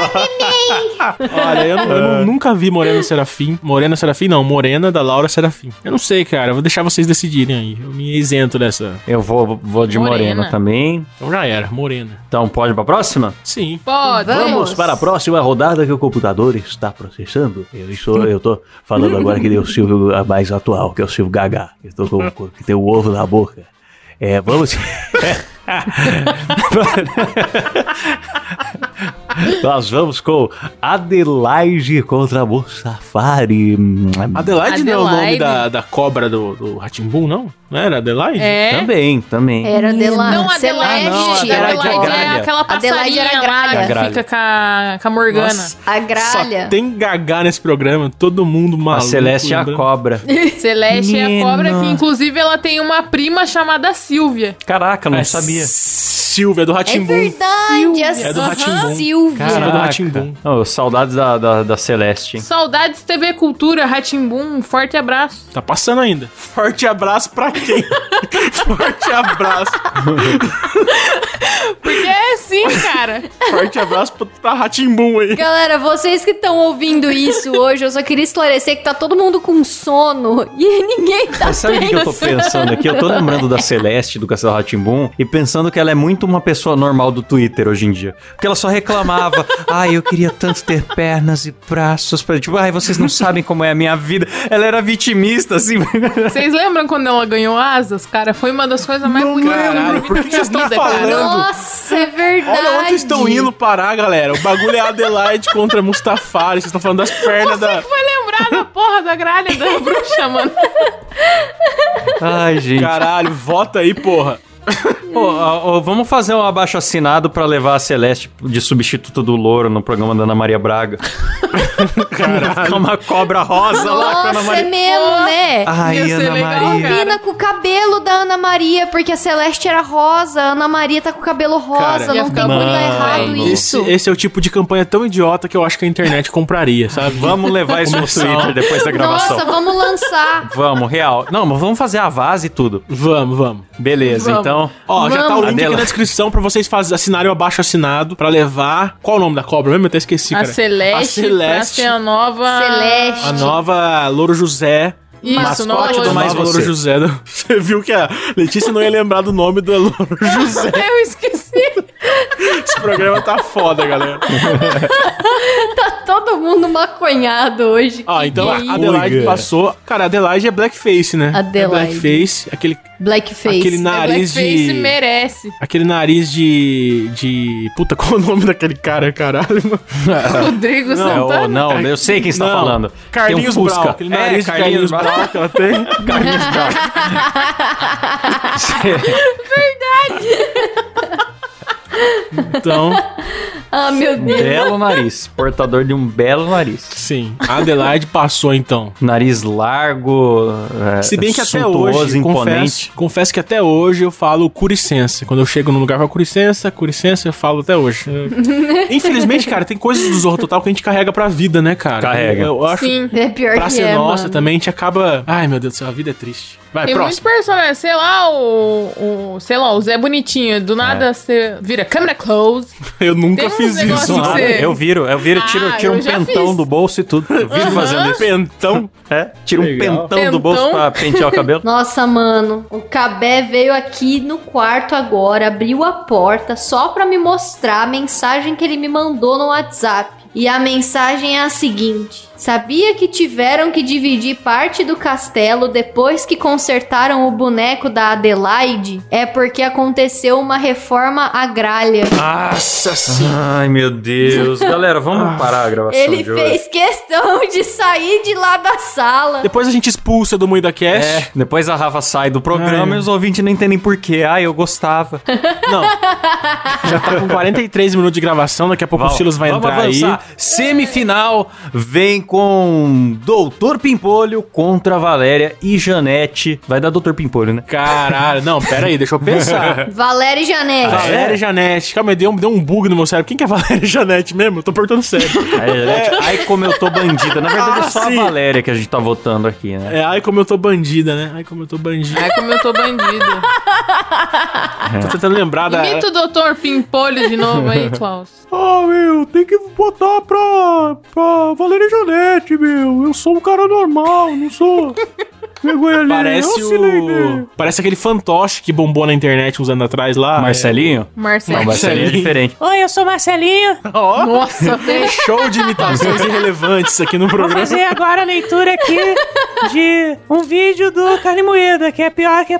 Speaker 2: Olha, eu, não- eu não- nunca vi Morena Serafim. Morena Serafim, não, Morena da Laura Serafim. Eu não sei, cara. eu Vou deixar vocês decidirem aí. Eu me isento dessa.
Speaker 1: Eu vou, vou de Morena.
Speaker 4: Morena.
Speaker 1: também.
Speaker 2: Então já era, Morena.
Speaker 1: Então, pode pra próxima?
Speaker 2: Sim.
Speaker 4: Pode.
Speaker 5: Vamos.
Speaker 1: Vamos para a próxima rodada que o computador está processando. Eu estou, eu tô falando agora que nem o Silvio mais atual, que é o Silvio Gaga. Eu tô com, com- que tem o ovo na boca. É, vamos. Nós vamos com Adelaide contra Mustafari.
Speaker 2: Adelaide, não é o nome
Speaker 4: Adelaide.
Speaker 2: da, da cobra do, do Ratimbum, não? Não era Adelaide?
Speaker 4: É.
Speaker 1: Também, também.
Speaker 5: Era Adelaide.
Speaker 4: Não, Adelaide.
Speaker 1: Ah, não,
Speaker 5: Celeste.
Speaker 1: Adelaide
Speaker 4: Adelaide
Speaker 1: Agralha.
Speaker 4: é aquela
Speaker 5: Adelaide
Speaker 4: passarinha
Speaker 5: era
Speaker 4: lá
Speaker 5: gralha.
Speaker 4: que
Speaker 1: Gralha.
Speaker 4: fica com a, com a Morgana.
Speaker 2: Nossa,
Speaker 5: A
Speaker 2: só
Speaker 5: gralha.
Speaker 2: tem gagá nesse programa. Todo mundo
Speaker 1: A
Speaker 2: maluco.
Speaker 1: Celeste é a
Speaker 2: lembrando.
Speaker 1: cobra.
Speaker 4: Celeste é a
Speaker 1: Menina.
Speaker 4: cobra que, inclusive, ela tem uma prima chamada Silvia.
Speaker 1: Caraca, não
Speaker 2: É
Speaker 1: sabia.
Speaker 2: Silvia do
Speaker 5: É
Speaker 2: Ratimbum.
Speaker 5: verdade,
Speaker 4: É
Speaker 2: do
Speaker 5: a
Speaker 2: Rá-Tim-Bum.
Speaker 5: Silvia.
Speaker 2: Cara, do
Speaker 1: Caraca.
Speaker 2: Rá-Tim-Bum.
Speaker 1: Oh, saudades da, da, da Celeste. hein?
Speaker 4: Saudades TV Cultura, Ratimbum, um forte abraço.
Speaker 2: Tá passando ainda. Forte abraço pra quem? Forte abraço.
Speaker 4: Porque é assim, cara.
Speaker 2: Forte abraço pra, pra Ratimbum aí.
Speaker 5: Galera, vocês que estão ouvindo isso hoje, eu só queria esclarecer que tá todo mundo com sono e ninguém tá
Speaker 1: Mas sabe o que que eu tô pensando aqui? Eu tô lembrando da Celeste do Castelo Ratimbum e pensando que ela é muito uma pessoa normal do Twitter hoje em dia. Porque ela só reclamava: ai, eu queria tanto ter pernas e braços. Pra... Tipo, ai, vocês não sabem como é a minha vida. Ela era vitimista, assim.
Speaker 4: Vocês lembram quando ela ganhou asas, cara? Foi uma das coisas mais bonitas.
Speaker 2: Caralho, por que que vocês estão falando?
Speaker 5: Nossa, é verdade.
Speaker 2: Olha onde estão indo parar, galera. O bagulho é Adelaide contra Mustafari. Vocês estão falando das pernas da.
Speaker 4: Foi lembrar da porra da gralha da bruxa, mano.
Speaker 1: Ai, gente.
Speaker 2: Caralho, vota aí, porra.
Speaker 1: Ô, ó, ó, vamos fazer um abaixo assinado pra levar a Celeste de substituto do Louro no programa da Ana Maria Braga. Caralho. uma cobra rosa lá com a Ana
Speaker 5: Nossa, é
Speaker 1: Maria. Ah,
Speaker 5: mesmo, né?
Speaker 1: Ai,
Speaker 4: Ia ser
Speaker 1: Ana
Speaker 4: legal,
Speaker 1: Maria.
Speaker 4: cara.
Speaker 5: Combina com o cabelo da Ana Maria, porque a Celeste era rosa, a Ana Maria tá com o cabelo rosa,
Speaker 2: Cara,
Speaker 4: ia
Speaker 5: não tem
Speaker 4: ficar
Speaker 5: como
Speaker 1: muito
Speaker 5: dar errado
Speaker 1: bem.
Speaker 5: isso.
Speaker 2: Esse, esse é o tipo de campanha tão idiota que eu acho que a internet compraria, sabe?
Speaker 1: Vamos levar isso no
Speaker 2: Comercial.
Speaker 1: Twitter depois da gravação.
Speaker 5: Nossa, vamos lançar.
Speaker 1: Vamos, real. Não, mas vamos fazer a vase e tudo.
Speaker 2: Vamos, vamos.
Speaker 1: Beleza,
Speaker 4: Vamos.
Speaker 1: então.
Speaker 2: Ó, já tá o
Speaker 1: Vamos.
Speaker 2: link
Speaker 1: Adela.
Speaker 2: aqui na descrição pra vocês faz, assinarem o abaixo assinado pra levar. Qual o nome da cobra mesmo? Eu até esqueci,
Speaker 4: A
Speaker 2: cara.
Speaker 4: Celeste,
Speaker 2: A Celeste.
Speaker 4: pra ser a nova...
Speaker 5: Celeste.
Speaker 2: A nova Louro José.
Speaker 4: Isso,
Speaker 1: Mascote
Speaker 4: nova
Speaker 1: do
Speaker 4: Louro
Speaker 1: Mais
Speaker 2: nova
Speaker 1: Você.
Speaker 2: Louro José. do- Você viu que a Letícia não ia lembrar do nome do Louro José.
Speaker 4: José. Eu esqueci.
Speaker 2: Esse programa tá foda, galera.
Speaker 5: Todo mundo maconhado hoje.
Speaker 2: Ó, então
Speaker 5: gay.
Speaker 2: a Adelaide passou. Cara, a Adelaide é blackface, né?
Speaker 5: Adelaide.
Speaker 2: É blackface, aquele,
Speaker 5: Blackface.
Speaker 2: aquele nariz
Speaker 4: É Blackface
Speaker 2: de.
Speaker 4: merece.
Speaker 2: Aquele nariz de. de. Puta, qual o nome daquele cara, caralho, mano?
Speaker 4: Rodrigo
Speaker 1: Não,
Speaker 4: Santana.
Speaker 1: eu- é, não, eu sei quem está
Speaker 2: tá, né? Não,
Speaker 1: falando.
Speaker 2: Carlinhos
Speaker 1: Tem um Fusca.
Speaker 2: Brau, aquele nariz de Carlinhos Brau que ela tem.
Speaker 1: Carlinhos Brau.
Speaker 2: Então,
Speaker 5: Ah, meu Deus.
Speaker 1: Um belo nariz. Portador de um belo nariz.
Speaker 2: sim. A Adelaide passou, então.
Speaker 1: Nariz largo. é,
Speaker 2: Se bem que até
Speaker 1: suntuoso,
Speaker 2: hoje, confesso,
Speaker 1: imponente.
Speaker 2: confesso que até hoje eu falo curicença. Quando eu chego num lugar com curicença, curicença, eu falo até hoje. Infelizmente, cara, tem coisas do Zorro Total que a gente carrega pra vida, né, cara?
Speaker 1: Carrega.
Speaker 2: Eu, eu acho
Speaker 4: Sim.
Speaker 5: É pior
Speaker 2: pra
Speaker 5: que
Speaker 2: ser
Speaker 5: é,
Speaker 2: nossa
Speaker 5: mano.
Speaker 2: também, a gente acaba... Ai, meu Deus do céu, a vida é triste. Vai,
Speaker 4: Tem muitos
Speaker 2: próximo.
Speaker 4: personagens, sei lá, o, o- Sei lá, o Zé Bonitinho. Do
Speaker 2: É.
Speaker 4: nada você vira câmera close.
Speaker 2: Eu nunca
Speaker 4: Tem uns
Speaker 2: fiz
Speaker 4: negócios
Speaker 2: isso,
Speaker 4: que
Speaker 1: Claro,
Speaker 2: mano.
Speaker 4: você-
Speaker 1: eu viro, eu viro, tiro,
Speaker 4: Ah,
Speaker 1: tiro
Speaker 4: eu
Speaker 1: um
Speaker 4: já
Speaker 1: pentão
Speaker 4: fiz.
Speaker 1: do bolso e tudo. Eu viro fazendo isso.
Speaker 2: Pentão.
Speaker 1: É, tiro um
Speaker 2: Legal.
Speaker 1: pentão, do bolso
Speaker 4: Pentão.
Speaker 1: pra pentear o cabelo.
Speaker 5: Nossa, mano, o Cabé veio aqui no quarto agora, abriu a porta só pra me mostrar a mensagem que ele me mandou no WhatsApp. E a mensagem é a seguinte: Sabia que tiveram que dividir parte do castelo depois que consertaram o boneco da Adelaide? É porque aconteceu uma reforma agrária.
Speaker 2: Nossa senhora. Ah.
Speaker 1: Ai, meu Deus. Galera, vamos parar a gravação
Speaker 5: Ele
Speaker 1: de hoje.
Speaker 5: fez questão de sair de lá da sala.
Speaker 2: Depois a gente expulsa do Moída Cast.
Speaker 1: É, depois a Rafa sai do programa
Speaker 2: Ai.
Speaker 1: e os ouvintes não entendem por quê. Ah, eu gostava.
Speaker 2: Não. Já tá com 43 minutos de gravação, daqui a pouco o Silas vai
Speaker 1: vamos
Speaker 2: entrar
Speaker 1: avançar. Semifinal vem com Doutor Pimpolho contra Valéria e Janete. Vai dar Doutor Pimpolho, né?
Speaker 2: aí. Caralho, não, pera aí, deixa eu pensar.
Speaker 5: Valéria e Janete.
Speaker 2: Valéria Janete. Calma aí, deu, um- deu um bug no meu cérebro. Quem que é Valéria Janete mesmo? Eu tô perguntando sério.
Speaker 1: Aí, Janete, ai, como eu tô bandida. Na verdade, é
Speaker 2: Ah,
Speaker 1: só
Speaker 2: sim.
Speaker 1: a Valéria que a gente tá votando aqui, né?
Speaker 2: É, ai como eu tô bandida, né? Ai como eu tô bandida.
Speaker 4: Ai, como eu tô bandido.
Speaker 2: Tô tentando lembrar da...
Speaker 4: Imita o Doutor Pimpolho de novo aí, Klaus.
Speaker 2: Ah, meu, tem que botar pra, pra Valéria Janete, meu. Eu sou um cara normal, não sou... Vergonha alheia.
Speaker 1: Parece
Speaker 2: Eu se
Speaker 1: o-
Speaker 2: liguei. Parece aquele fantoche que bombou na internet uns anos atrás lá.
Speaker 1: Marcelinho?
Speaker 4: Marcelo.
Speaker 1: Não, Marcelinho é diferente.
Speaker 8: Oi, eu sou Marcelinho.
Speaker 2: Ó.
Speaker 4: Nossa, velho.
Speaker 2: Show de imitações irrelevantes aqui no
Speaker 8: Vou
Speaker 2: programa.
Speaker 8: fazer agora a leitura aqui de um vídeo do Carne Moída, que é pior que a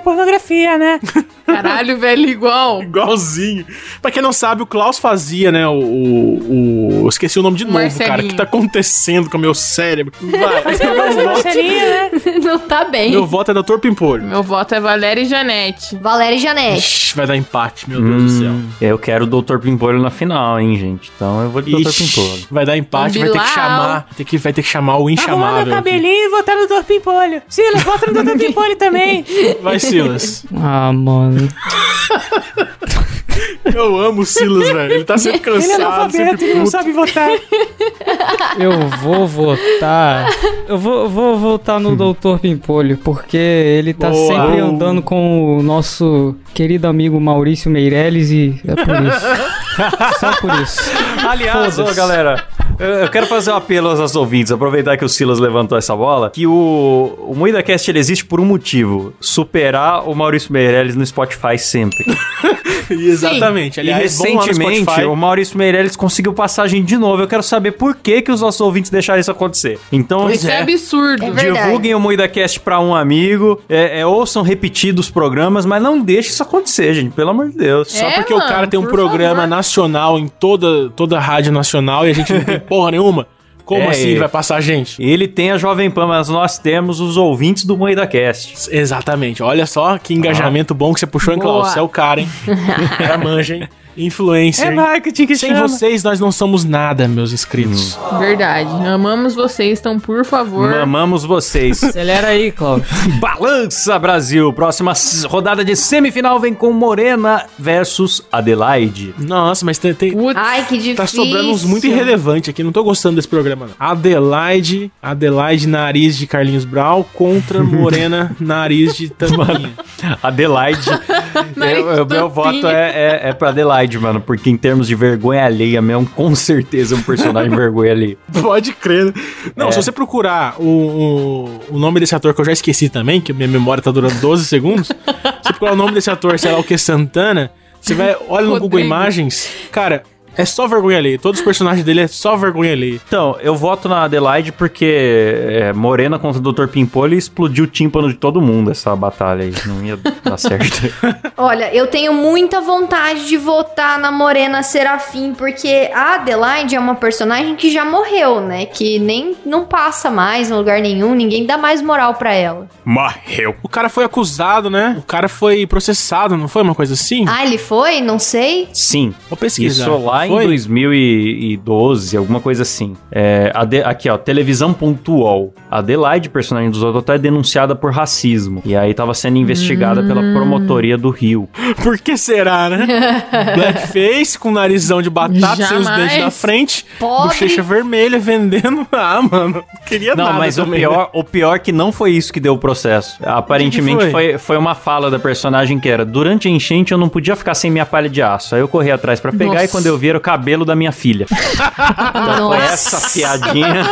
Speaker 8: pornografia, né?
Speaker 4: Caralho, velho, igual.
Speaker 2: Igualzinho. Pra quem não sabe, o Klaus fazia, né? O. o, o- eu esqueci o nome de novo,
Speaker 4: Marcelinho.
Speaker 2: cara. O que tá acontecendo com o meu cérebro?
Speaker 8: Mas eu
Speaker 2: Vai.
Speaker 8: gosto do Marcelinho, né?
Speaker 5: Não tá bem.
Speaker 2: meu voto é Dr. Pimpolho.
Speaker 4: Meu voto é Valéria e Janete.
Speaker 5: Valéria e Janete.
Speaker 2: Ixi, vai dar empate, meu Deus
Speaker 1: Hum.
Speaker 2: do céu.
Speaker 1: Eu quero o Doutor Pimpolho na final, hein, gente? Então eu vou de Doutor Pimpolho.
Speaker 2: Ixi, vai dar empate, vai ter que
Speaker 4: Bilal.
Speaker 2: chamar. Tem que, vai ter que chamar o
Speaker 8: Arrumar meu
Speaker 2: inchamável. aqui.
Speaker 8: cabelinho e votar no Dr. Pimpolho. Silas, vota no Dr. Pimpolho também.
Speaker 2: Vai, Silas.
Speaker 3: Ah, mano.
Speaker 2: Eu amo o Silas, velho. Ele tá sendo
Speaker 8: Ele é
Speaker 2: cansado,
Speaker 8: analfabeto,
Speaker 2: sempre
Speaker 8: ele não
Speaker 2: puto.
Speaker 8: sabe votar.
Speaker 3: Eu vou votar. Eu vou, vou votar no Doutor Pimpolho, porque ele tá
Speaker 2: Boa.
Speaker 3: sempre andando com o nosso querido amigo Maurício Meirelles e é por isso. Só por isso.
Speaker 1: Aliás, ô,
Speaker 3: Foda-se.
Speaker 1: galera, eu- eu quero fazer um apelo aos nossos ouvintes, aproveitar que o Silas levantou essa bola, que o, o MoídaCast ele existe por um motivo, superar o Maurício Meirelles no Spotify sempre.
Speaker 2: Exatamente.
Speaker 1: e
Speaker 2: Aliás, vão lá no
Speaker 1: recentemente,
Speaker 2: Spotify.
Speaker 1: o Maurício Meirelles conseguiu passagem de novo, eu quero saber por que que os nossos ouvintes deixaram isso acontecer. Então,
Speaker 2: Pois
Speaker 4: Isso é,
Speaker 2: é.
Speaker 4: absurdo.
Speaker 5: É verdade.
Speaker 1: divulguem o MoídaCast pra um amigo, é, é, ouçam repetidos os programas, mas não deixe isso acontecer, gente, pelo amor de Deus.
Speaker 2: Só
Speaker 4: É,
Speaker 2: porque o
Speaker 4: mano,
Speaker 2: cara tem um
Speaker 4: por
Speaker 2: programa
Speaker 4: favor.
Speaker 2: nacional em toda, toda a rádio nacional e a gente não tem porra nenhuma. Como
Speaker 1: É,
Speaker 2: assim
Speaker 1: é.
Speaker 2: ele vai passar a gente?
Speaker 1: Ele tem a Jovem Pan, mas nós temos os ouvintes do Moeda Cast.
Speaker 2: Exatamente. Olha só que engajamento bom que você puxou, hein,
Speaker 4: Boa.
Speaker 2: Klaus? Você é o cara, hein? cara manja, hein? Influencer.
Speaker 8: É
Speaker 2: hein?
Speaker 8: marketing que
Speaker 2: Sem
Speaker 8: chama.
Speaker 2: vocês, nós não somos nada, meus inscritos.
Speaker 4: Hum. Verdade. Amamos vocês, então, por favor.
Speaker 1: Mamamos vocês.
Speaker 3: Acelera aí, Cláudio.
Speaker 1: Balança Brasil. Próxima s- rodada de semifinal vem com Morena versus Adelaide.
Speaker 2: Nossa, mas tem, tem-
Speaker 4: Putz,
Speaker 5: Ai, que difícil.
Speaker 2: tá sobrando uns muito irrelevantes aqui. Não tô gostando desse programa, não. Adelaide, Adelaide Nariz de Carlinhos Brau contra Morena Nariz de Tampinha.
Speaker 1: Adelaide. eu, eu- meu
Speaker 4: Tampinha.
Speaker 1: voto é, é, é pra Adelaide, mano. Porque em termos de vergonha alheia mesmo, com certeza é um personagem vergonha alheia.
Speaker 2: Pode crer. né? Não, se você procurar o, o, o nome desse ator, que eu já esqueci também, que minha memória tá durando 12 segundos. se procurar o nome desse ator, sei lá o que, Santana, você vai, olha no Google
Speaker 4: Rodrigo.
Speaker 2: Imagens, cara, é só vergonha alheia. Todos os personagens dele é só vergonha alheia.
Speaker 1: Então, eu voto na Adelaide porque é, Morena contra o Dr. Pimpolho explodiu o tímpano de todo mundo essa batalha aí. Não ia dar certo.
Speaker 5: Olha, eu tenho muita vontade de votar na Morena Serafim, porque a Adelaide é uma personagem que já morreu, né? Que nem não passa mais em lugar nenhum, ninguém dá mais moral pra ela.
Speaker 6: Morreu.
Speaker 2: O cara foi acusado, né? O cara foi processado, não foi uma coisa assim?
Speaker 5: Ah, ele foi? Não sei.
Speaker 1: Sim.
Speaker 2: Vou pesquisar.
Speaker 1: Isso lá em
Speaker 2: Foi?
Speaker 1: 2012, alguma coisa assim. É, Ade- aqui, ó, televisão.ol. Adelaide, personagem do Zodotá, é denunciada por racismo. E aí tava sendo investigada pela
Speaker 4: Hum.
Speaker 1: promotoria do Rio.
Speaker 2: Por que será, né? Blackface com narizão de batata, sem os
Speaker 4: Jamais.
Speaker 2: dentes na frente,
Speaker 5: Pobre.
Speaker 2: bochecha vermelha vendendo. Ah, mano, não queria
Speaker 1: Não,
Speaker 2: nada
Speaker 1: mas o
Speaker 2: também, né?
Speaker 1: pior, o pior é que não foi isso que deu o processo. Aparentemente
Speaker 2: que foi?
Speaker 1: foi? foi uma fala da personagem que era: durante a enchente eu não podia ficar sem minha palha de aço. Aí eu corri atrás pra pegar
Speaker 4: Nossa.
Speaker 1: e quando eu vi era o cabelo da minha filha. Então, Foi essa piadinha.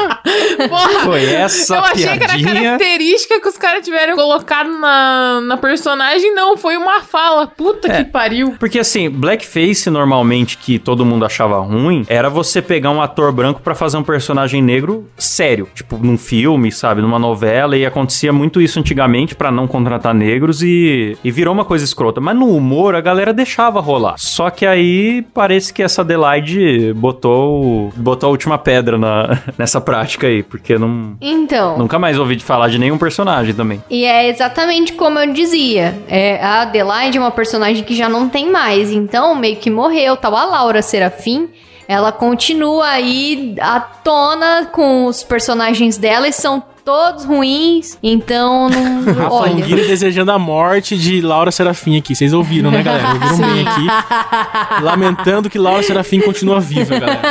Speaker 4: Porra,
Speaker 1: Foi essa
Speaker 4: eu achei que era
Speaker 1: piadinha.
Speaker 4: característica que os caras tiveram colocado na, na personagem, não, foi uma fala. Puta que pariu.
Speaker 1: Porque assim, blackface normalmente que todo mundo achava ruim, era você pegar um ator branco pra fazer um personagem negro sério, tipo num filme, sabe, numa novela, e acontecia muito isso antigamente pra não contratar negros e, e virou uma coisa escrota, mas no humor a galera deixava rolar. Só que aí parece que essa Adelaide botou botou a última pedra na, nessa prática aí, porque não
Speaker 5: Então.
Speaker 1: nunca mais ouvi de falar de nenhum personagem também.
Speaker 5: E é exatamente como eu dizia. É, a Adelaide é uma personagem que já não tem mais, então meio que morreu, tal. A Laura Serafim, ela continua aí à tona com os personagens dela e são todos ruins, então não.
Speaker 2: Rafa um
Speaker 5: olha.
Speaker 2: Anguille desejando a morte de Laura Serafim aqui. Vocês ouviram, né, galera? Ouviram bem aqui. Lamentando que Laura Serafim continua viva, galera.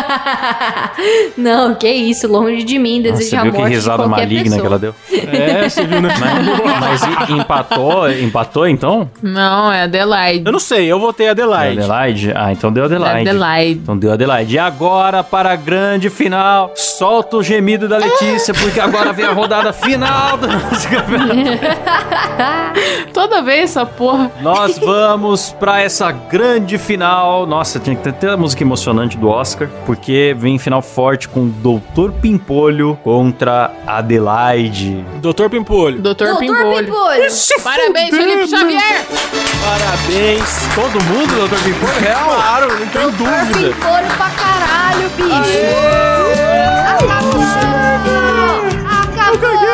Speaker 5: não, que isso, longe de mim
Speaker 1: Você
Speaker 5: desejar
Speaker 1: viu que
Speaker 5: morte de
Speaker 1: risada
Speaker 5: qualquer
Speaker 1: maligna
Speaker 5: pessoa.
Speaker 1: que ela deu?
Speaker 2: É, você viu, né?
Speaker 1: Mas, mas e- empatou, empatou então?
Speaker 4: Não, é Adelaide.
Speaker 2: Eu não sei, eu votei Adelaide.
Speaker 1: Deu Adelaide? Ah, então deu Adelaide.
Speaker 4: É Adelaide.
Speaker 1: Então deu Adelaide. E agora, para a grande final, solta o gemido da Letícia, porque agora vem a rodada final do nosso campeonato.
Speaker 4: Toda vez essa porra.
Speaker 1: Nós vamos para essa grande final. Nossa, tinha que ter até a música emocionante do Oscar, porque vem final forte com Doutor Pimpolho contra Adelaide.
Speaker 2: Doutor Pimpolho,
Speaker 4: Doutor
Speaker 5: Doutor
Speaker 4: Pimpolho.
Speaker 5: Pimpolho.
Speaker 4: Parabéns, Felipe Xavier!
Speaker 2: parabéns.
Speaker 1: Todo mundo, Doutor Pimpolho? Real?
Speaker 2: Claro, não tem
Speaker 5: Doutor
Speaker 2: dúvida.
Speaker 5: Pimpolho pra caralho, bicho! Acabou! Acabou!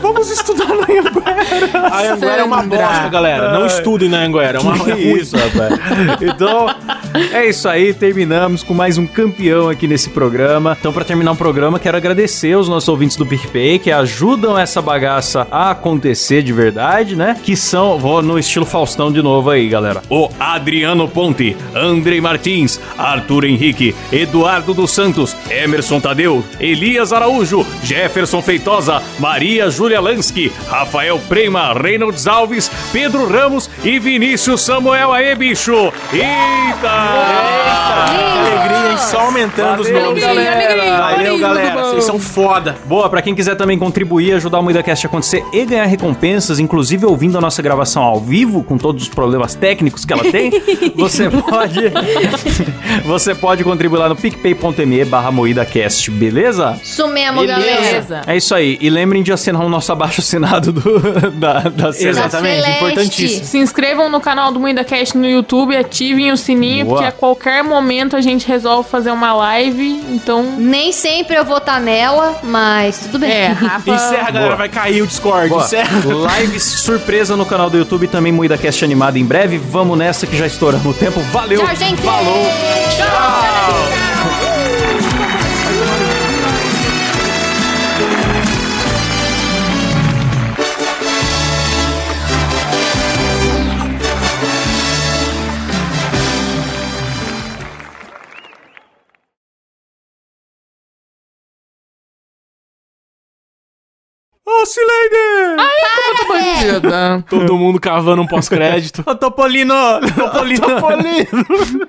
Speaker 2: Vamos estudar na Anguera. A Anguera é uma bosta, galera. Não estudem na Anguera. É uma
Speaker 1: Que isso, rapaz. Então, é isso aí. Terminamos com mais um campeão aqui nesse programa. Então, pra terminar o programa, quero agradecer os nossos ouvintes do PicPay que ajudam essa bagaça a acontecer de verdade, né? Que são, vou no estilo Faustão de novo aí, galera. O Adriano Ponte, Andrei Martins, Arthur Henrique, Eduardo dos Santos, Emerson Tadeu, Elias Araújo, Jefferson Feitosa, Maria Júlia Lansky, Rafael Prema, Reynolds Alves, Pedro Ramos e Vinícius Samuel. Aê, bicho! Eita!
Speaker 2: Ah, alegria e só aumentando os
Speaker 1: Valeu,
Speaker 2: nomes.
Speaker 1: galera.
Speaker 4: Alegria,
Speaker 2: Valeu,
Speaker 4: alegria.
Speaker 2: galera.
Speaker 4: Tudo bom.
Speaker 2: Vocês são foda.
Speaker 1: Boa, pra quem quiser também contribuir, ajudar o MuidaCast a acontecer e ganhar recompensas, inclusive ouvindo a nossa gravação ao vivo, com todos os problemas técnicos que ela tem, você pode você pode contribuir lá no picpay.me barra MoídaCast, beleza?
Speaker 5: Isso mesmo, galera.
Speaker 4: Beleza.
Speaker 1: É isso aí. E lembrem de assinar o nosso nosso abaixo assinado do, da, da Tá Celeste.
Speaker 2: Exatamente,
Speaker 5: Celeste.
Speaker 2: importantíssimo.
Speaker 4: Se inscrevam no canal do MuidaCast no YouTube, ativem o sininho,
Speaker 1: Boa.
Speaker 4: porque a qualquer momento a gente resolve fazer uma live. Então,
Speaker 5: Nem sempre eu vou estar nela, mas tudo bem.
Speaker 4: é, Rafa.
Speaker 2: Encerra, galera, vai cair o Discord.
Speaker 1: Boa.
Speaker 2: Encerra.
Speaker 1: Live surpresa no canal do YouTube, também Moída Cast animada em breve. Vamos nessa que já estouramos o tempo. Valeu!
Speaker 5: Tchau, gente!
Speaker 1: Falou!
Speaker 2: Ô, Sileide!
Speaker 4: Tá Bandida.
Speaker 2: Todo mundo cavando um pós-crédito. Ô, Topolino! Topolino! Topolino!